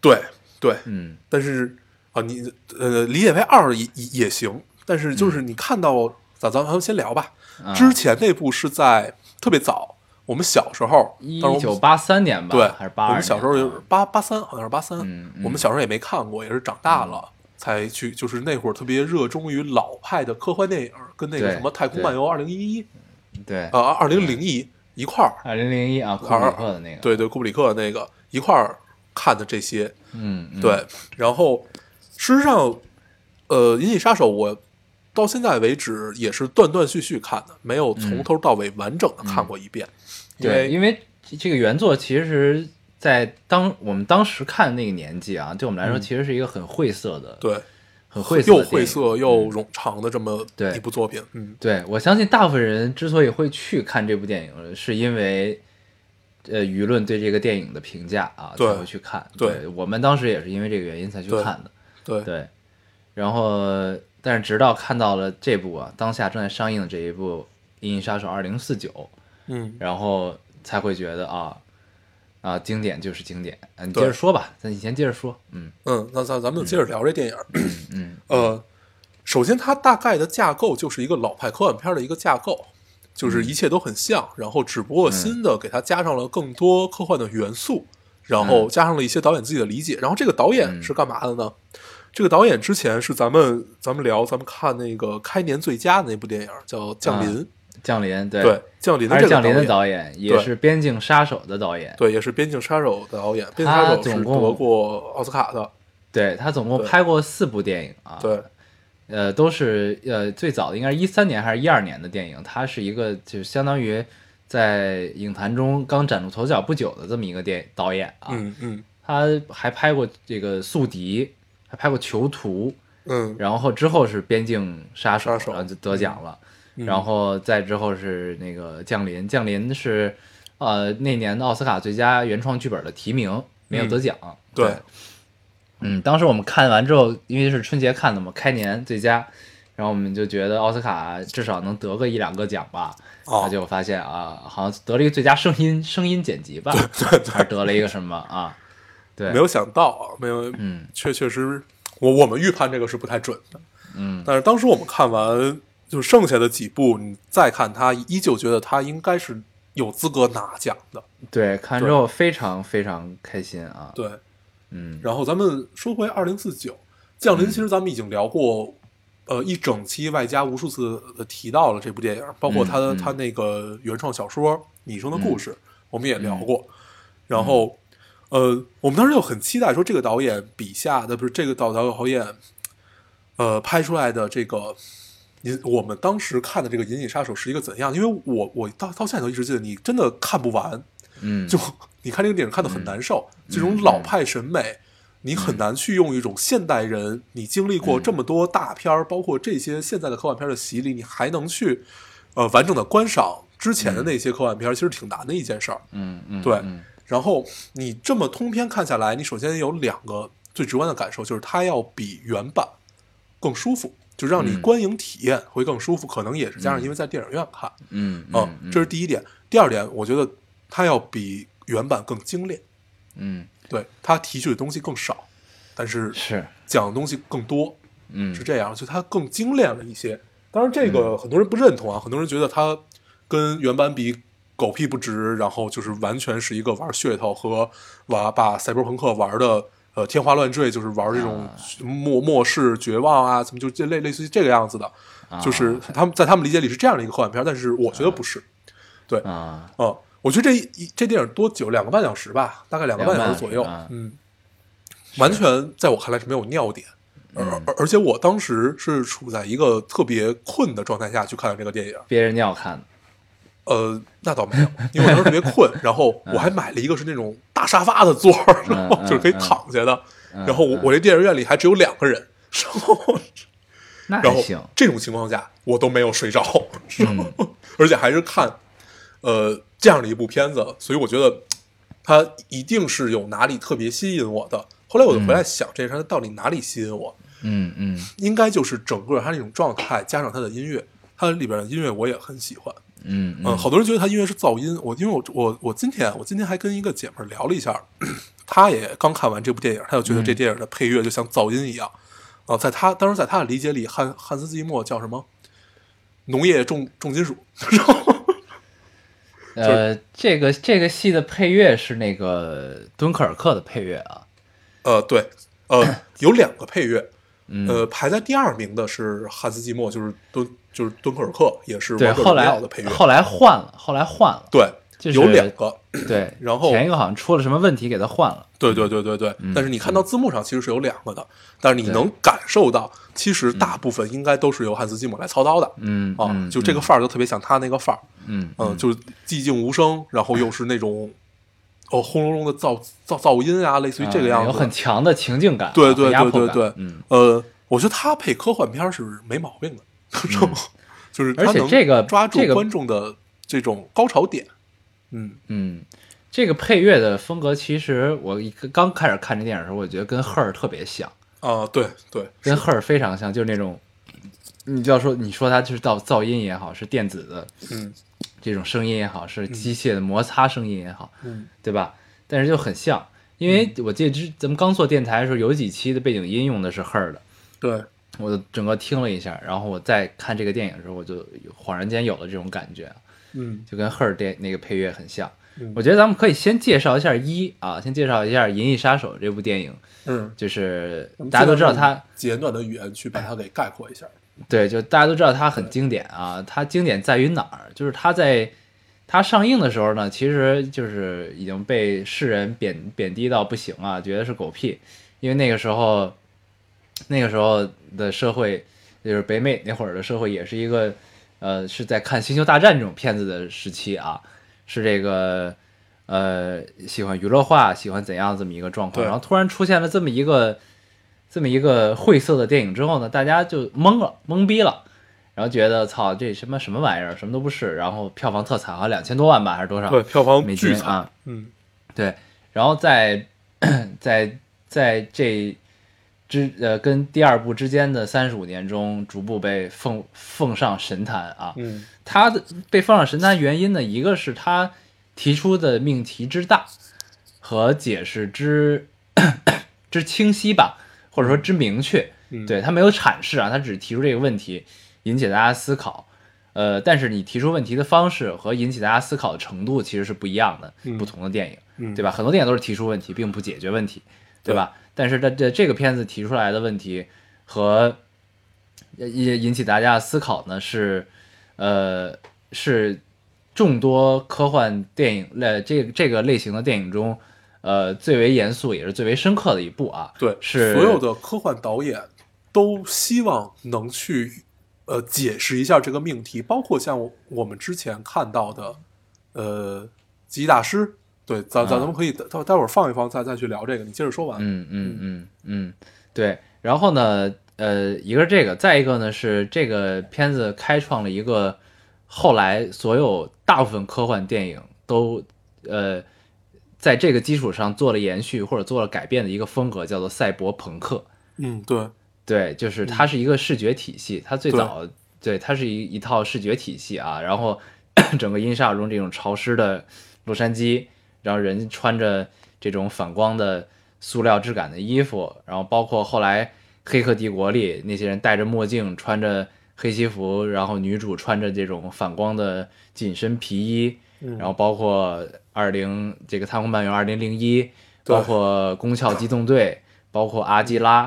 S4: 对对，
S3: 嗯
S4: 但是啊，你呃理解为二也也也行，但是就是你看到咱咱咱们先聊吧
S3: 嗯啊。
S4: 之前那部是在特别早，我们小时候，
S3: 一
S4: 当时我们
S3: 九八三年啊吧，
S4: 对，
S3: 还是八
S4: 我
S3: 二？
S4: 们小时候就是八八三，好像是八三、
S3: 嗯嗯
S4: 我们小时候也没看过，也是长大了、才去，就是那会儿特别热衷于老派的科幻电影，跟那个
S3: 对
S4: 什么《太空漫游二零一一
S3: 对》
S4: 啊，二零零一一块儿，
S3: 二零零一啊，库布里克的那个，，
S4: 对对，库布里克那个一块儿看的这些，
S3: 嗯，嗯，
S4: 对，然后事实上，呃，《银翼杀手》我到现在为止也是断断续续看的，没有从头到尾完整的看过一遍，
S3: 嗯
S4: 因
S3: 对，
S4: 为
S3: 因为这个原作其实，在当我们当时看那个年纪啊，对我们来说其实是一个很晦涩的，，
S4: 嗯对
S3: 很晦涩，
S4: 又晦。涩又冗长的这么
S3: 嗯对
S4: 一部作品，嗯，
S3: 对，我相信大部分人之所以会去看这部电影，是因为。呃，舆论对这个电影的评价啊，才
S4: 对
S3: 会去看。
S4: 对
S3: 我们当时也是因为这个原因才去
S4: 对
S3: 看的。
S4: 对
S3: 对，然后但是直到看到了这部啊，当下正在上映的这一部《银翼杀手二零四九》，
S4: 嗯，
S3: 然后才会觉得啊啊，经典就是经典。啊你接
S4: 对
S3: 着说吧，咱你先接着说。嗯
S4: 嗯，那咱咱们接着聊这电影。
S3: 嗯
S4: 呃，首先它大概的架构就是一个老派科幻片的一个架构，就是一切都很像，
S3: 嗯
S4: 然后只不过新的给它加上了更多科幻的元素，
S3: 嗯
S4: 然后加上了一些导演自己的理解。然后这个导演是干嘛的呢？
S3: 嗯
S4: 这个导演之前是咱们咱们聊咱们看那个开年最佳的那部电影叫《降临》，
S3: 降临啊对
S4: 对《降临》的
S3: 还
S4: 这
S3: 是降
S4: 个
S3: 临的
S4: 演，
S3: 导演，也是《边境杀手》的导演。
S4: 对，也是《边境杀手》的导演，《边境杀手》
S3: 总
S4: 是
S3: 共
S4: 得过奥斯卡的，
S3: 对他总共
S4: 对
S3: 拍过四部电影啊。
S4: 对。
S3: 呃，都是呃最早的应该是一三年还是一二年的电影，它是一个就是相当于在影坛中刚崭露头角不久的这么一个电导演啊。
S4: 嗯嗯
S3: 他还拍过这个《宿敌》，还拍过《囚徒》，
S4: 嗯，
S3: 然后之后是《边境杀手》，
S4: 杀手嗯
S3: 然后就得奖了。然后再之后是那个《降临》，《降临》是呃那年的奥斯卡最佳原创剧本的提名，没有得奖。
S4: 对，
S3: 嗯嗯，当时我们看完之后，因为是春节看的嘛，开年最佳，然后我们就觉得奥斯卡至少能得个一两个奖吧，然后
S4: 哦
S3: 结果发现啊，好像得了一个最佳声音声音剪辑吧，还是得了一个什么啊？对，
S4: 没有想到啊，没有，
S3: 嗯，
S4: 确确实，我我们预判这个是不太准的，
S3: 嗯，
S4: 但是当时我们看完就剩下的几部，你再看它，依旧觉得它应该是有资格拿奖的，
S3: 对，看完之后非常非常开心啊，
S4: 对。
S3: 嗯，
S4: 然后咱们说回二零四九降临，其实咱们已经聊过，呃，一整期外加无数次的提到了这部电影，包括他的、
S3: 嗯嗯嗯
S4: 他那个原创小说《你说的故事》我们也聊过。然后，呃，我们当时就很期待说这个导演笔下呃的不是这个导导导演，呃，拍出来的这个。银，我们当时看的这个《银翼杀手》是一个怎样？因为我我到到现在都一直记得，你真的看不完，
S3: 嗯，
S4: 就你看这个电影看得很难受，这种老派审美，你
S3: 嗯
S4: 很难去用一种现代人，你经历过这么多大片儿，包括这些现在的科幻片儿的洗礼，你还能去呃完整的观赏之前的那些科幻片儿，其实挺难的一件事儿。
S3: 嗯嗯，
S4: 对
S3: 嗯
S4: 然后你这么通篇看下来，你首先有两个最直观的感受，就是它要比原版更舒服，就让你
S3: 嗯
S4: 观影体验会更舒服，可能也是加上因为在电影院看，
S3: 嗯
S4: 啊
S3: 嗯，
S4: 这是第一点。第二点，我觉得它要比原版更精炼，
S3: 嗯
S4: 对它提取的东西更少，但是
S3: 是
S4: 讲的东西更多，
S3: 嗯
S4: 是这样，就它更精炼了一些。当然，这个很多人不认同啊，很多人觉得它跟原版比狗屁不值，然后就是完全是一个玩噱头和玩把赛博朋克玩的。呃，天花乱坠就是玩这种末末世绝望啊，怎么就这类类似于这个样子的，
S3: 啊
S4: 就是他们在他们理解里是这样的一个科幻片，但是我觉得不是，
S3: 啊，
S4: 嗯，我觉得这一这电影多久？两个半小时吧，大概两个半小时左右。
S3: 两个半小时啊
S4: 嗯，完全在我看来是没有尿点，而
S3: 嗯
S4: 而而且我当时是处在一个特别困的状态下去看这个电影。
S3: 憋着尿看的，
S4: 呃，那倒没有，因为我当时特别困，然后我还买了一个是那种大沙发的座儿，
S3: 嗯
S4: 然后就是可以
S3: 嗯嗯
S4: 躺下的。
S3: 嗯
S4: 然后我我这电影院里还只有两个人，然后
S3: 那
S4: 然
S3: 还
S4: 后
S3: 行，嗯
S4: 这种情况下，我都没有睡着，然后 而且还是看呃这样的一部片子，所以我觉得它一定是有哪里特别吸引我的。后来我就回来想，这事儿它到底哪里吸引我？
S3: 嗯嗯
S4: 应该就是整个它那种状态，加上它的音乐，它里边的音乐我也很喜欢。
S3: 嗯
S4: 嗯，好多人觉得他音乐是噪音，我因为我我我今天我今天还跟一个姐们儿聊了一下， 她也刚看完这部电影，她就觉得
S3: 嗯
S4: 这电影的配乐就像噪音一样。啊，在她当时在她的理解里，汉汉斯季默叫什么？农业重重金属，
S3: 呃，这个这个戏的配乐是那个敦刻尔克的配乐啊，
S4: 呃，对，呃，有两个配乐，
S3: 嗯，
S4: 呃，排在第二名的是汉斯季默，就是敦就是敦刻尔克，也是
S3: 对，
S4: 王者
S3: 后
S4: 荣
S3: 来
S4: 耀的配乐，
S3: 后来换了，后来换了，
S4: 对，
S3: 就是
S4: 有两个，
S3: 对，
S4: 然后
S3: 前一个好像出了什么问题，给他换了，
S4: 对对对对对，
S3: 嗯
S4: 但是你看到字幕上其实是有两个的，但是你能感受到，其实大部分应该都是由汉斯季默来操刀的。
S3: 嗯
S4: 啊，就这个范儿就特别像他那个范儿，
S3: 嗯
S4: 嗯，就是寂静无声，然后又是那种哦轰隆隆的噪噪噪音啊，类似于这个样
S3: 有
S4: 子
S3: 很。强的情境感啊，
S4: 对对
S3: 很压
S4: 对
S3: 迫
S4: 对
S3: 感
S4: 对，
S3: 嗯，
S4: 呃，我觉得他配科幻片儿是没毛病的，就是他
S3: 嗯而且
S4: 能
S3: 这个
S4: 抓住
S3: 这个
S4: 观众的这种高潮点。嗯，
S3: 嗯，这个配乐的风格，其实我一刚开始看这电影的时候，我觉得跟《赫尔》特别像，
S4: 啊，对对，
S3: 跟《赫尔》非常像，就是那种，你就要说你说它就是噪噪音也好，是电子的
S4: 嗯
S3: 这种声音也好，是机械的摩擦声音也好，
S4: 嗯
S3: 对吧？但是就很像，因为我记得之咱们刚做电台的时候，有几期的背景音用的是《赫尔》的，
S4: 对，
S3: 我整个听了一下，然后我再看这个电影的时候，我就恍然间有了这种感觉，
S4: 嗯
S3: 就跟《赫尔》电那个配乐很像。
S4: 嗯
S3: 我觉得咱们可以先介绍一下一啊，先介绍一下《银翼杀手》这部电影，
S4: 嗯。
S3: 就是大家都知道它，
S4: 简短的语言去把它给概括一下。
S3: 对，就大家都知道它很经典啊。它经典在于哪儿？就是它在它上映的时候呢，其实就是已经被世人贬贬低到不行啊，觉得是狗屁，因为那个时候那个时候的社会，就是北美那会儿的社会，也是一个呃是在看《星球大战》这种片子的时期啊，是这个呃喜欢娱乐化、喜欢怎样这么一个状况，
S4: 对
S3: 然后突然出现了这么一个这么一个晦涩的电影之后呢，大家就懵了、懵逼了。然后觉得操，这什么什么玩意儿，什么都不是。然后票房特惨，好像两千多万吧，还是多少？
S4: 对，票房
S3: 美
S4: 巨
S3: 金
S4: 惨。
S3: 啊，
S4: 嗯
S3: 对，然后在在在这之呃跟第二部之间的三十五年中，逐步被奉奉上神坛啊。
S4: 嗯
S3: 他的被放上神坛原因呢，一个是他提出的命题之大和解释之 之清晰吧，或者说之明确。
S4: 嗯
S3: 对他没有阐释啊，他只提出这个问题，引起大家思考。呃，但是你提出问题的方式和引起大家思考的程度其实是不一样的，
S4: 嗯
S3: 不同的电影。
S4: 嗯，
S3: 对？吧？很多电影都是提出问题，并不解决问题，对吧？但是这这这个片子提出来的问题和也也引起大家的思考呢，是呃是众多科幻电影类这这个类型的电影中，呃最为严肃也是最为深刻的一部啊。
S4: 对，
S3: 是
S4: 所有的科幻导演都希望能去呃解释一下这个命题，包括像我我们之前看到的呃《极大师》，对，咱咱
S3: 啊
S4: 咱们可以待待会儿放一放，再再去聊这个，你接着说完。
S3: 嗯嗯嗯嗯，对。然后呢，呃，一个是这个，再一个呢是这个片子开创了一个后来所有大部分科幻电影都呃在这个基础上做了延续或者做了改变的一个风格，叫做赛博朋克。
S4: 嗯，对，
S3: 对，就是它是一个视觉体系，它最
S4: 嗯对
S3: 早对它是一一套视觉体系啊，然后 整个音效中这种潮湿的洛杉矶，然后人穿着这种反光的塑料质感的衣服，然后包括后来《黑客帝国》里那些人戴着墨镜，穿着黑西服，然后女主穿着这种反光的紧身皮衣，
S4: 嗯
S3: 然后包括二零这个《太空漫游二零零一》，
S4: 对
S3: 包括《宫壳机动队》，包括《阿基拉》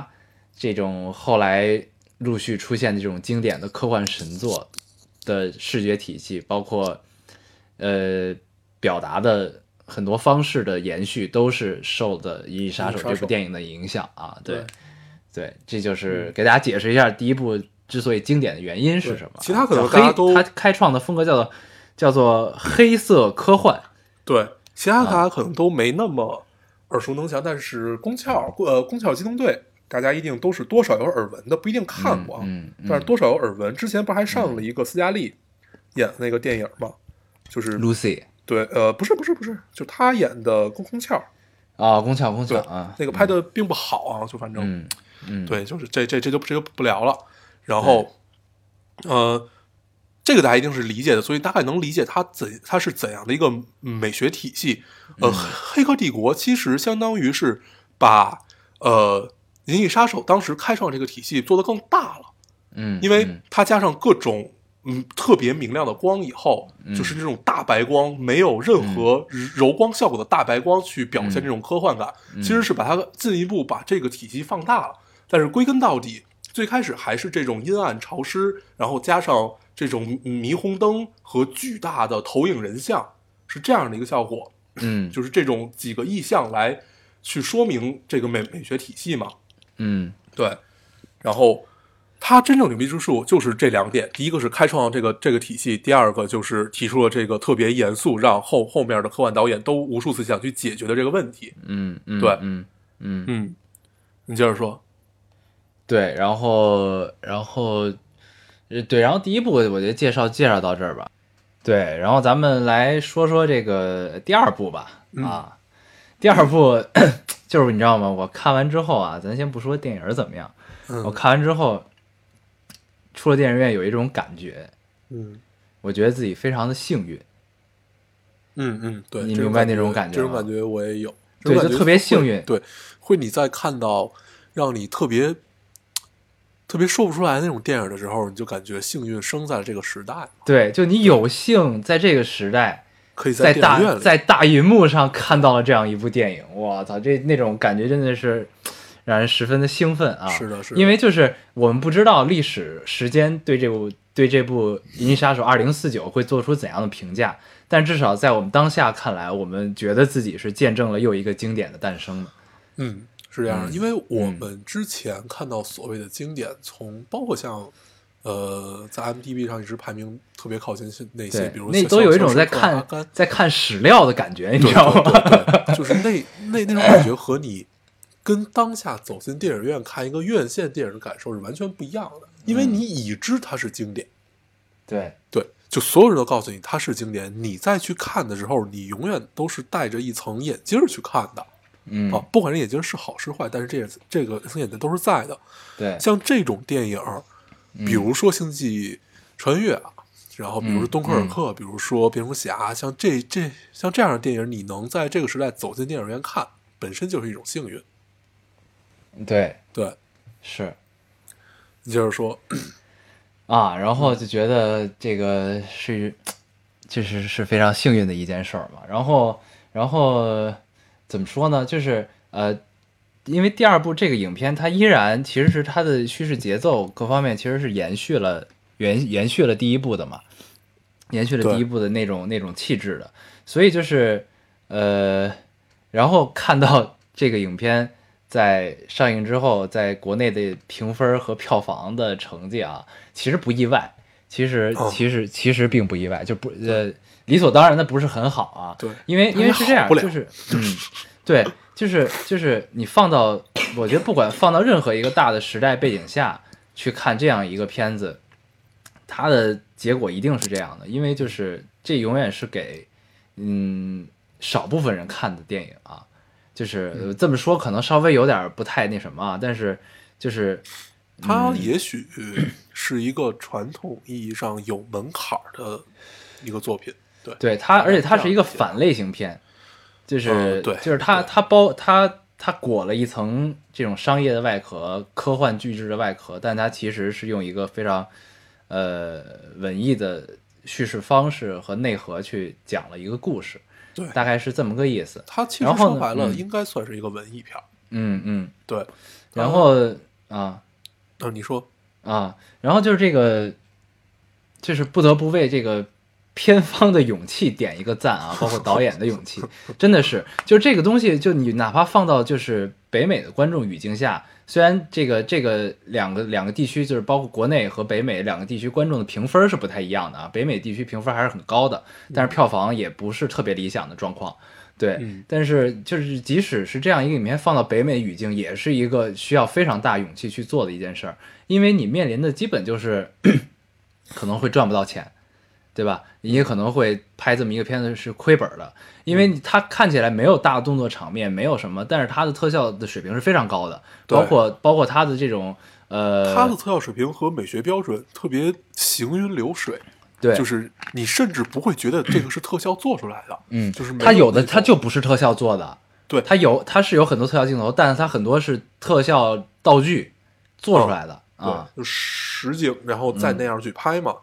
S3: 这种后来陆续出现的这种经典的科幻神作的视觉体系，包括呃表达的很多方式的延续，都是受的《银翼杀手
S4: 银翼》杀
S3: 这
S4: 手
S3: 部电影的影响啊。对
S4: 对
S3: 对，这就是给大家解释一下第一部之所以经典的原因是什么啊。
S4: 对其他可能
S3: 叫黑
S4: 大家都
S3: 它开创的风格叫做叫做黑色科幻。
S4: 对，其他大家可能都没那么耳熟能详，但是《宫壳》呃，《宫壳机动队》大家一定都是多少有耳闻的，不一定看过啊，
S3: 嗯，嗯
S4: 但是多少有耳闻。之前不还上了一个斯嘉丽演的那个电影吗？就是
S3: 嗯 Lucy
S4: 对，呃，不是不是不是，就他演的《宫宫壳》，
S3: 啊，宫壳宫壳
S4: 对
S3: 啊，
S4: 那个拍的并不好啊，就反正、
S3: 嗯嗯，
S4: 对，就是这这这就这就不聊了。然后，呃，这个大家一定是理解的，所以大概能理解它怎它是怎样的一个美学体系。
S3: 嗯
S4: 呃，黑客帝国》其实相当于是把呃《银翼杀手》当时开创这个体系做得更大了，
S3: 嗯，
S4: 因为
S3: 嗯
S4: 它加上各种。嗯，特别明亮的光以后，
S3: 嗯
S4: 就是这种大白光，没有任何柔光效果的大白光去表现这种科幻感，
S3: 嗯
S4: 其实是把它进一步把这个体系放大了。但是归根到底，最开始还是这种阴暗潮湿，然后加上这种霓虹灯和巨大的投影人像，是这样的一个效果，
S3: 嗯
S4: 就是这种几个意象来去说明这个美美学体系嘛。
S3: 嗯
S4: 对，然后他真正牛逼之处就是这两点，第一个是开创了这个这个体系，第二个就是提出了这个特别严肃，让后后面的科幻导演都无数次想去解决的这个问题。
S3: 嗯嗯，
S4: 对
S3: 嗯嗯
S4: 嗯，你接着说。
S3: 对，然后然后呃对，然后第一部我觉得介绍介绍到这儿吧。对，然后咱们来说说这个第二部吧。
S4: 嗯
S3: 啊，第二部 就是你知道吗？我看完之后啊，咱先不说电影儿怎么样，我
S4: 嗯
S3: 看完之后出了电影院有一种感觉，
S4: 嗯
S3: 我觉得自己非常的幸运。
S4: 嗯嗯，对，
S3: 你
S4: 这
S3: 明白那种
S4: 种
S3: 感觉
S4: 这种
S3: 吗
S4: 感觉我也有，这
S3: 对
S4: 种感
S3: 就
S4: 觉
S3: 特别
S4: 会
S3: 幸运
S4: 对，会你在看到让你特别特别说不出来那种电影的时候，你就感觉幸运生在了这个时代，
S3: 对，就你有幸在这个时代。
S4: 可以
S3: 在
S4: 电影院
S3: 大
S4: 里，
S3: 在大银幕上看到了这样一部电影，我操，这那种感觉真的是让人十分的兴奋啊！
S4: 是的是的
S3: 因为就是我们不知道历史时间对这部对这部《银翼杀手二零四九》会做出怎样的评价，但至少在我们当下看来，我们觉得自己是见证了又一个经典的诞生的。
S4: 嗯，是这样的，
S3: 嗯
S4: 因为我们之前看到所谓的经典，从包括像呃，在 m d b 上一直排名特别靠前是那些，
S3: 对
S4: 比如，
S3: 那
S4: 像
S3: 都有一种
S4: 像
S3: 在
S4: 像阿
S3: 看
S4: 甘
S3: 在看史料的感觉，你
S4: 啊对
S3: 知道 吗？
S4: 对对，就是那那那种感觉和你跟当下走进电影院看一个院线电影的感受是完全不一样的，因
S3: 嗯
S4: 为你已知它是经典，
S3: 对
S4: 对，就所有人都告诉你它是经典，你再去看的时候，你永远都是戴着一层眼镜儿去看的，
S3: 嗯，
S4: 啊，不管这眼睛是好是坏，但是这眼这个隐形眼镜都是在的。
S3: 对，
S4: 像这种电影，
S3: 嗯
S4: 比如说《星际穿越》啊，然后比
S3: 嗯
S4: 如说《敦刻尔克》，比如说《蝙蝠侠》，像这这像这样的电影，你能在这个时代走进电影院看，本身就是一种幸运。
S3: 对，
S4: 对，
S3: 是
S4: 你接着说，
S3: 啊，然后就觉得这个是，确实是非常幸运的一件事儿嘛。然后，然后怎么说呢？就是呃，因为第二部这个影片，它依然其实是它的叙事节奏各方面其实是延续了延延续了第一部的嘛，延续了
S4: 对
S3: 第一部的那种那种气质的。所以就是呃，然后看到这个影片在上映之后，在国内的评分和票房的成绩啊，其实不意外，其实
S4: 哦
S3: 其实其实并不意外，就不呃理所当然的不是很好啊。
S4: 对
S3: 因为因为是这样，
S4: 好不了
S3: 就是嗯，对，就是就是你放到，我觉得不管放到任何一个大的时代背景下去看这样一个片子，它的结果一定是这样的，因为就是这永远是给嗯少部分人看的电影啊，就是
S4: 嗯
S3: 呃这么说可能稍微有点不太那什么啊，但是就是
S4: 它也许是一个传统意义上有门槛儿的一个作品。对，
S3: 对它，而且它是一个
S4: 这样
S3: 反类型片，就是、
S4: 嗯啊对
S3: 就是它
S4: 对
S3: 它包它它裹了一层这种商业的外壳、科幻巨制的外壳，但它其实是用一个非常呃文艺的叙事方式和内核去讲了一个故事，
S4: 对
S3: 大概是这么个意思。
S4: 它其实
S3: 然后呢
S4: 说白了，
S3: 嗯
S4: 应该算是一个文艺片儿。
S3: 嗯嗯，
S4: 对，哦
S3: 然后啊
S4: 啊，你说，
S3: 啊，然后就是这个，就是不得不为这个片方的勇气点一个赞啊，包括导演的勇气，真的是，就这个东西，就你哪怕放到就是北美的观众语境下，虽然这个这个两个两个地区，就是包括国内和北美两个地区观众的评分是不太一样的啊，北美地区评分还是很高的，但是票房也不是特别理想的状况。对，
S4: 嗯
S3: 但是就是即使是这样一个影片放到北美语境，也是一个需要非常大勇气去做的一件事儿，因为你面临的基本就是 可能会赚不到钱，对吧？你也可能会拍这么一个片子是亏本的，因
S4: 嗯
S3: 为它看起来没有大动作场面，没有什么，但是它的特效的水平是非常高的，
S4: 对
S3: 包括包括它的这种呃，
S4: 它的特效水平和美学标准特别行云流水，
S3: 对，
S4: 就是你甚至不会觉得这个是特效做出来的。
S3: 嗯，
S4: 就是没
S3: 它有的
S4: 那种
S3: 它就不是特效做的，
S4: 对
S3: 它有它是有很多特效镜头，但是它很多是特效道具做出来的、啊，嗯
S4: 对，就实景，然后再那样去拍嘛。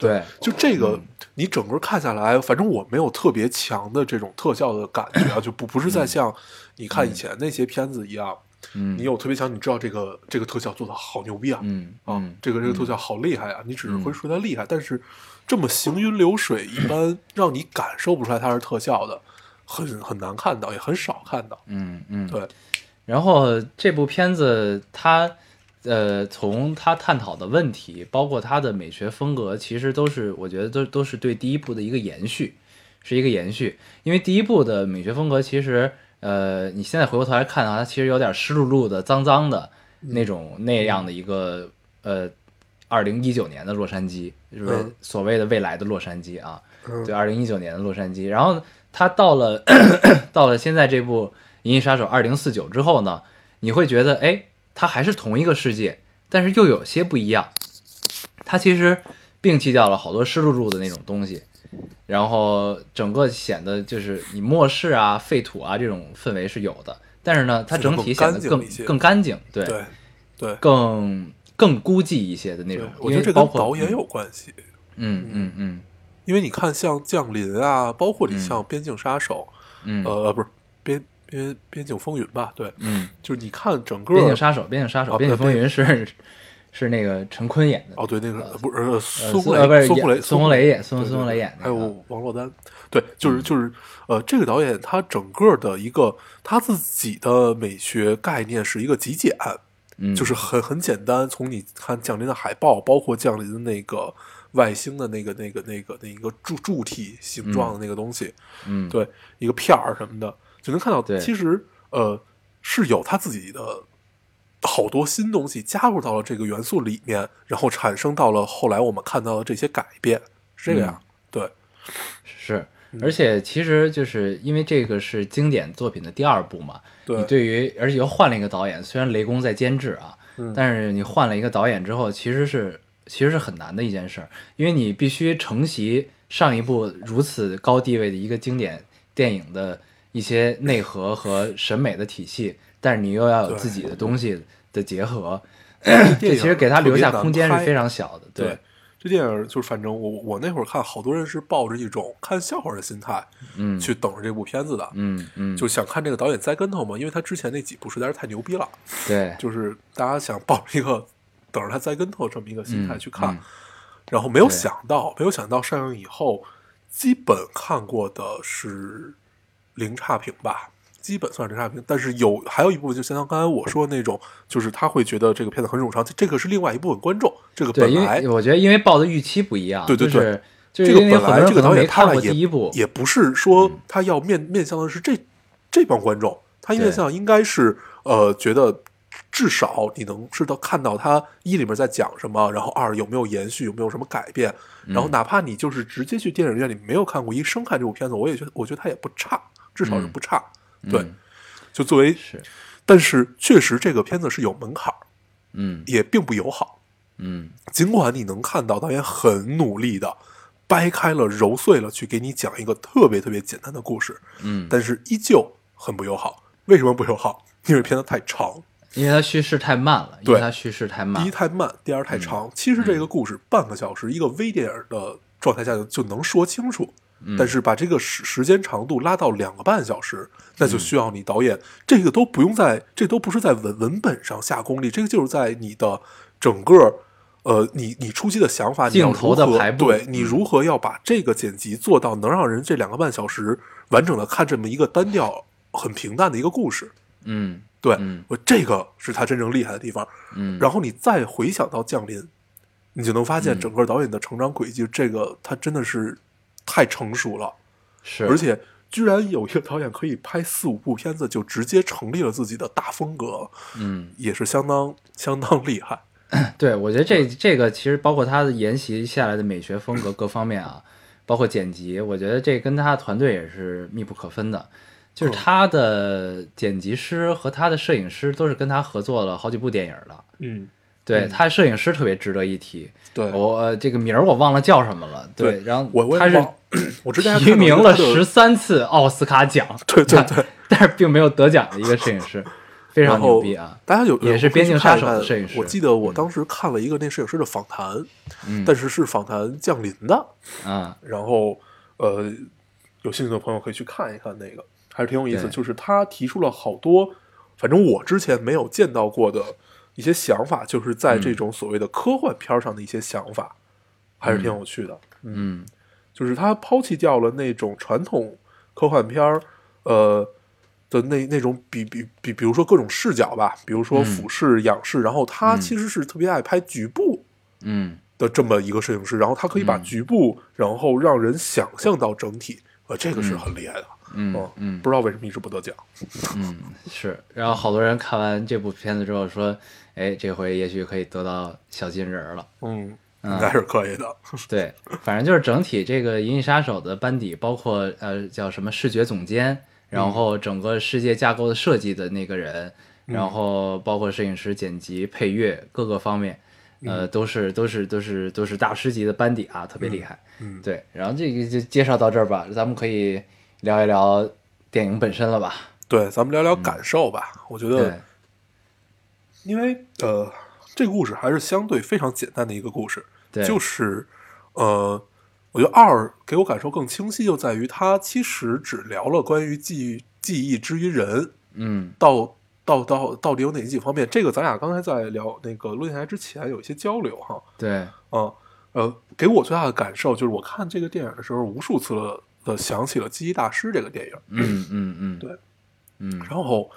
S3: 对
S4: 就这个，你整个看下来，反正我没有特别强的这种特效的感觉啊，就不不是在像你看以前那些片子一样，
S3: 嗯
S4: 你有特别强，你知道这个这个特效做的好牛逼啊，
S3: 嗯
S4: 啊
S3: 嗯，
S4: 这个这个特效好厉害啊，你只是会说它厉害，但是这么行云流水，一般让你感受不出来它是特效的，很很难看到，也很少看到。
S3: 嗯嗯，
S4: 对，
S3: 然后这部片子它呃，从它探讨的问题，包括它的美学风格，其实都是我觉得都都是对第一部的一个延续，是一个延续。因为第一部的美学风格其实呃，你现在回过头来看啊，它其实有点湿漉漉的、脏脏的那种那样的一个呃。二零一九年的洛杉矶，就是
S4: 嗯
S3: 所谓的未来的洛杉矶啊，
S4: 嗯
S3: 对，二零一九年的洛杉矶。然后他到了到了现在这部《银翼杀手二零四九》之后呢，你会觉得，哎，它还是同一个世界，但是又有些不一样。它其实摒弃掉了好多湿漉漉的那种东西，然后整个显得就是你末世啊、废土啊这种氛围是有的，但是呢，它整体显得
S4: 显得
S3: 更
S4: 更干净一些
S3: 更干净，对，
S4: 对，对，
S3: 更更孤寂一些的那
S4: 对
S3: 种，，
S4: 我
S3: 因
S4: 觉
S3: 为
S4: 得这
S3: 包
S4: 跟
S3: 括
S4: 导演有关系，
S3: 嗯嗯嗯
S4: 因为你看像《降临》啊，包括你像《边境杀手》。
S3: 嗯嗯
S4: 呃，不是边边边境风云吧？对，
S3: 嗯，
S4: 就是你看整个
S3: 边境杀手，边境杀手，
S4: 啊
S3: 边境
S4: 对
S3: 风云是是那个陈坤演的，
S4: 哦，对，那个不是呃
S3: 呃
S4: 孙
S3: 苏
S4: 红
S3: 呃不
S4: 雷，
S3: 是
S4: 孙红雷，
S3: 演孙红雷嗯演孙
S4: 对对
S3: 孙红雷
S4: 对哎
S3: 演的，啊
S4: 还有王珞丹，对，就是就是呃，这个导演他整个的一个他自己的美学概念是一个极简，
S3: 嗯
S4: 就是很很简单，从你看《降临》的海报，包括《降临》的那个外星的那个那个那个那个柱柱体形状的那个东西，
S3: 嗯
S4: 对，一个片儿什么的，就能看到，
S3: 对
S4: 其实呃是有他自己的好多新东西加入到了这个元素里面，然后
S3: 嗯
S4: 产生到了后来我们看到的这些改变，是这个样，对，
S3: 是，而且其实就是因为这个是经典作品的第二部嘛，
S4: 对
S3: 你对于而且又换了一个导演，虽然雷公在监制啊，
S4: 嗯
S3: 但是你换了一个导演之后，其实是其实是很难的一件事儿，因为你必须承袭上一部如此高地位的一个经典电影的一些内核和审美的体系，但是你又要有
S4: 对
S3: 自己的东西的结合，
S4: 电
S3: 这
S4: 影
S3: 其实给他留下空间
S4: 特别
S3: 是
S4: 难拍
S3: 非常小的，对，
S4: 这电影就是，反正我我那会儿看，好多人是抱着一种看笑话的心态
S3: 嗯
S4: 去等着这部片子的，
S3: 嗯嗯，
S4: 就想看这个导演栽跟头嘛，因为他之前那几部实在是太牛逼了，
S3: 对，
S4: 就是大家想抱着一个等着他栽跟头这么一个心态
S3: 嗯
S4: 去看，
S3: 嗯
S4: 然后没有
S3: 对
S4: 想到，没有想到上映以后，基本看过的是零差评吧，基本算是零差评。但是有还有一部分，就像刚才我说的那种，就是他会觉得这个片子很冗长，这个是另外一部分观众，这个
S3: 对，
S4: 本
S3: 因
S4: 来
S3: 为我觉得因为抱的预期不一样，
S4: 对对对
S3: 就是
S4: 这
S3: 就
S4: 个
S3: 是因为
S4: 本
S3: 很
S4: 来
S3: 多人
S4: 这
S3: 可
S4: 个导
S3: 能
S4: 演
S3: 没
S4: 他
S3: 看
S4: 来
S3: 过
S4: 也
S3: 第一部，
S4: 也不是说他要面面向的是这这帮观众，他面向应该是呃觉得。至少你能知道看到他一里面在讲什么，然后二有没有延续，有没有什么改变，然后哪怕你就是直接去电影院里没有看过，一生看这部片子，我也觉得我觉得它也不差，至少是不差。对，
S3: 嗯
S4: 就作为，
S3: 是，
S4: 但是确实这个片子是有门槛儿，
S3: 嗯
S4: 也并不友好。
S3: 嗯
S4: 尽管你能看到导演很努力的掰开了、揉碎了去给你讲一个特别特别简单的故事，
S3: 嗯，
S4: 但是依旧很不友好。为什么不友好？因为片子太长，
S3: 因为它叙事太慢了，因为
S4: 对
S3: 它叙事太
S4: 第
S3: 慢
S4: 一，太慢，第二太长。
S3: 嗯
S4: 其实这个故事半个小时，一个微电影的状态下就就能说清楚。
S3: 嗯
S4: 但是把这个时时间长度拉到两个半小时，那
S3: 嗯
S4: 就需要你导演、这个都不用在，这都不是在文文本上下功力，这个就是在你的整个，呃，你你初期的想法，你要
S3: 镜头
S4: 如何
S3: 的排布
S4: 对你
S3: 嗯
S4: 如何要把这个剪辑做到能让人这两个半小时完整的看这么一个单调、很平淡的一个故事。
S3: 嗯
S4: 对，
S3: 嗯
S4: 我这个是他真正厉害的地方。
S3: 嗯，
S4: 然后你再回想到《降临》，你就能发现
S3: 嗯
S4: 整个导演的成长轨迹，这个他真的是太成熟了，
S3: 是，
S4: 而且居然有一个导演可以拍四五部片子就直接成立了自己的大风格，
S3: 嗯，
S4: 也是相当相当厉害。
S3: 对，我觉得这这个其实包括他的沿袭下来的美学风格各方面啊，包括剪辑，我觉得这跟他的团队也是密不可分的。就是
S4: 嗯
S3: 他的剪辑师和他的摄影师都是跟他合作了好几部电影的，
S4: 嗯，
S3: 对
S4: 嗯
S3: 他摄影师特别值得一提，
S4: 对，
S3: 我、呃这个名儿我忘了叫什么了。
S4: 对
S3: 然后
S4: 我我也
S3: 他是
S4: 忘 我之前还
S3: 提
S4: 看到一
S3: 名
S4: 个
S3: 了
S4: 他的
S3: 十三次奥斯卡奖，
S4: 对对对，
S3: 但是并没有得奖的一个摄影师，非常
S4: 然后
S3: 牛逼啊！
S4: 大家有
S3: 也是
S4: 有
S3: 边境杀手
S4: 看一看
S3: 的摄影师
S4: 我记得我当时看了一个那摄影师的访谈，
S3: 嗯
S4: 但是是访谈降临的，
S3: 啊，
S4: 然后呃，有兴趣的朋友可以去看一看那个，还是挺有意思。
S3: 对
S4: 就是他提出了好多，反正我之前没有见到过的一些想法，就是在
S3: 嗯
S4: 这种所谓的科幻片儿上的一些想法，还是挺有趣的。
S3: 嗯
S4: 就是他抛弃掉了那种传统科幻片儿，呃。的那那种比比比，比如说各种视角吧，比如说
S3: 嗯
S4: 俯视、仰视，然后他其实是特别爱拍局部
S3: 嗯
S4: 的这么一个摄影师，然后他可以把
S3: 嗯
S4: 局部，然后让人想象到整体，呃，这个是很厉害的，呃
S3: 嗯嗯
S4: 不知道为什么一直不得奖。
S3: 嗯，是。然后好多人看完这部片子之后说，哎，这回也许可以得到小金人儿了。
S4: 嗯，
S3: 嗯
S4: 应该是可以的。
S3: 对，反正就是整体这个《银翼杀手》的班底，包括呃叫什么视觉总监，
S4: 嗯
S3: 然后整个世界架构的设计的那个人，
S4: 嗯
S3: 然后包括摄影师、剪辑、配乐各个方面，呃，
S4: 嗯
S3: 都是都是都是都是大师级的班底啊，特别厉害。
S4: 嗯，
S3: 对，然后这个就介绍到这儿吧，咱们可以聊一聊电影本身了吧？
S4: 对，咱们聊聊感受吧。我觉
S3: 嗯对
S4: 得，，因为呃，这个故事还是相对非常简单的一个故事，
S3: 对
S4: 就是呃，我觉得二给我感受更清晰，就在于它其实只聊了关于记忆记忆之于人，
S3: 嗯
S4: 到到到到底有哪几方面？这个咱俩刚才在聊那个录电台之前有一些交流哈。
S3: 对，
S4: 啊，呃，给我最大的感受就是，我看这个电影的时候，无数次的想起了《记忆大师》这个电影，
S3: 嗯嗯嗯，
S4: 对，
S3: 嗯，
S4: 然后，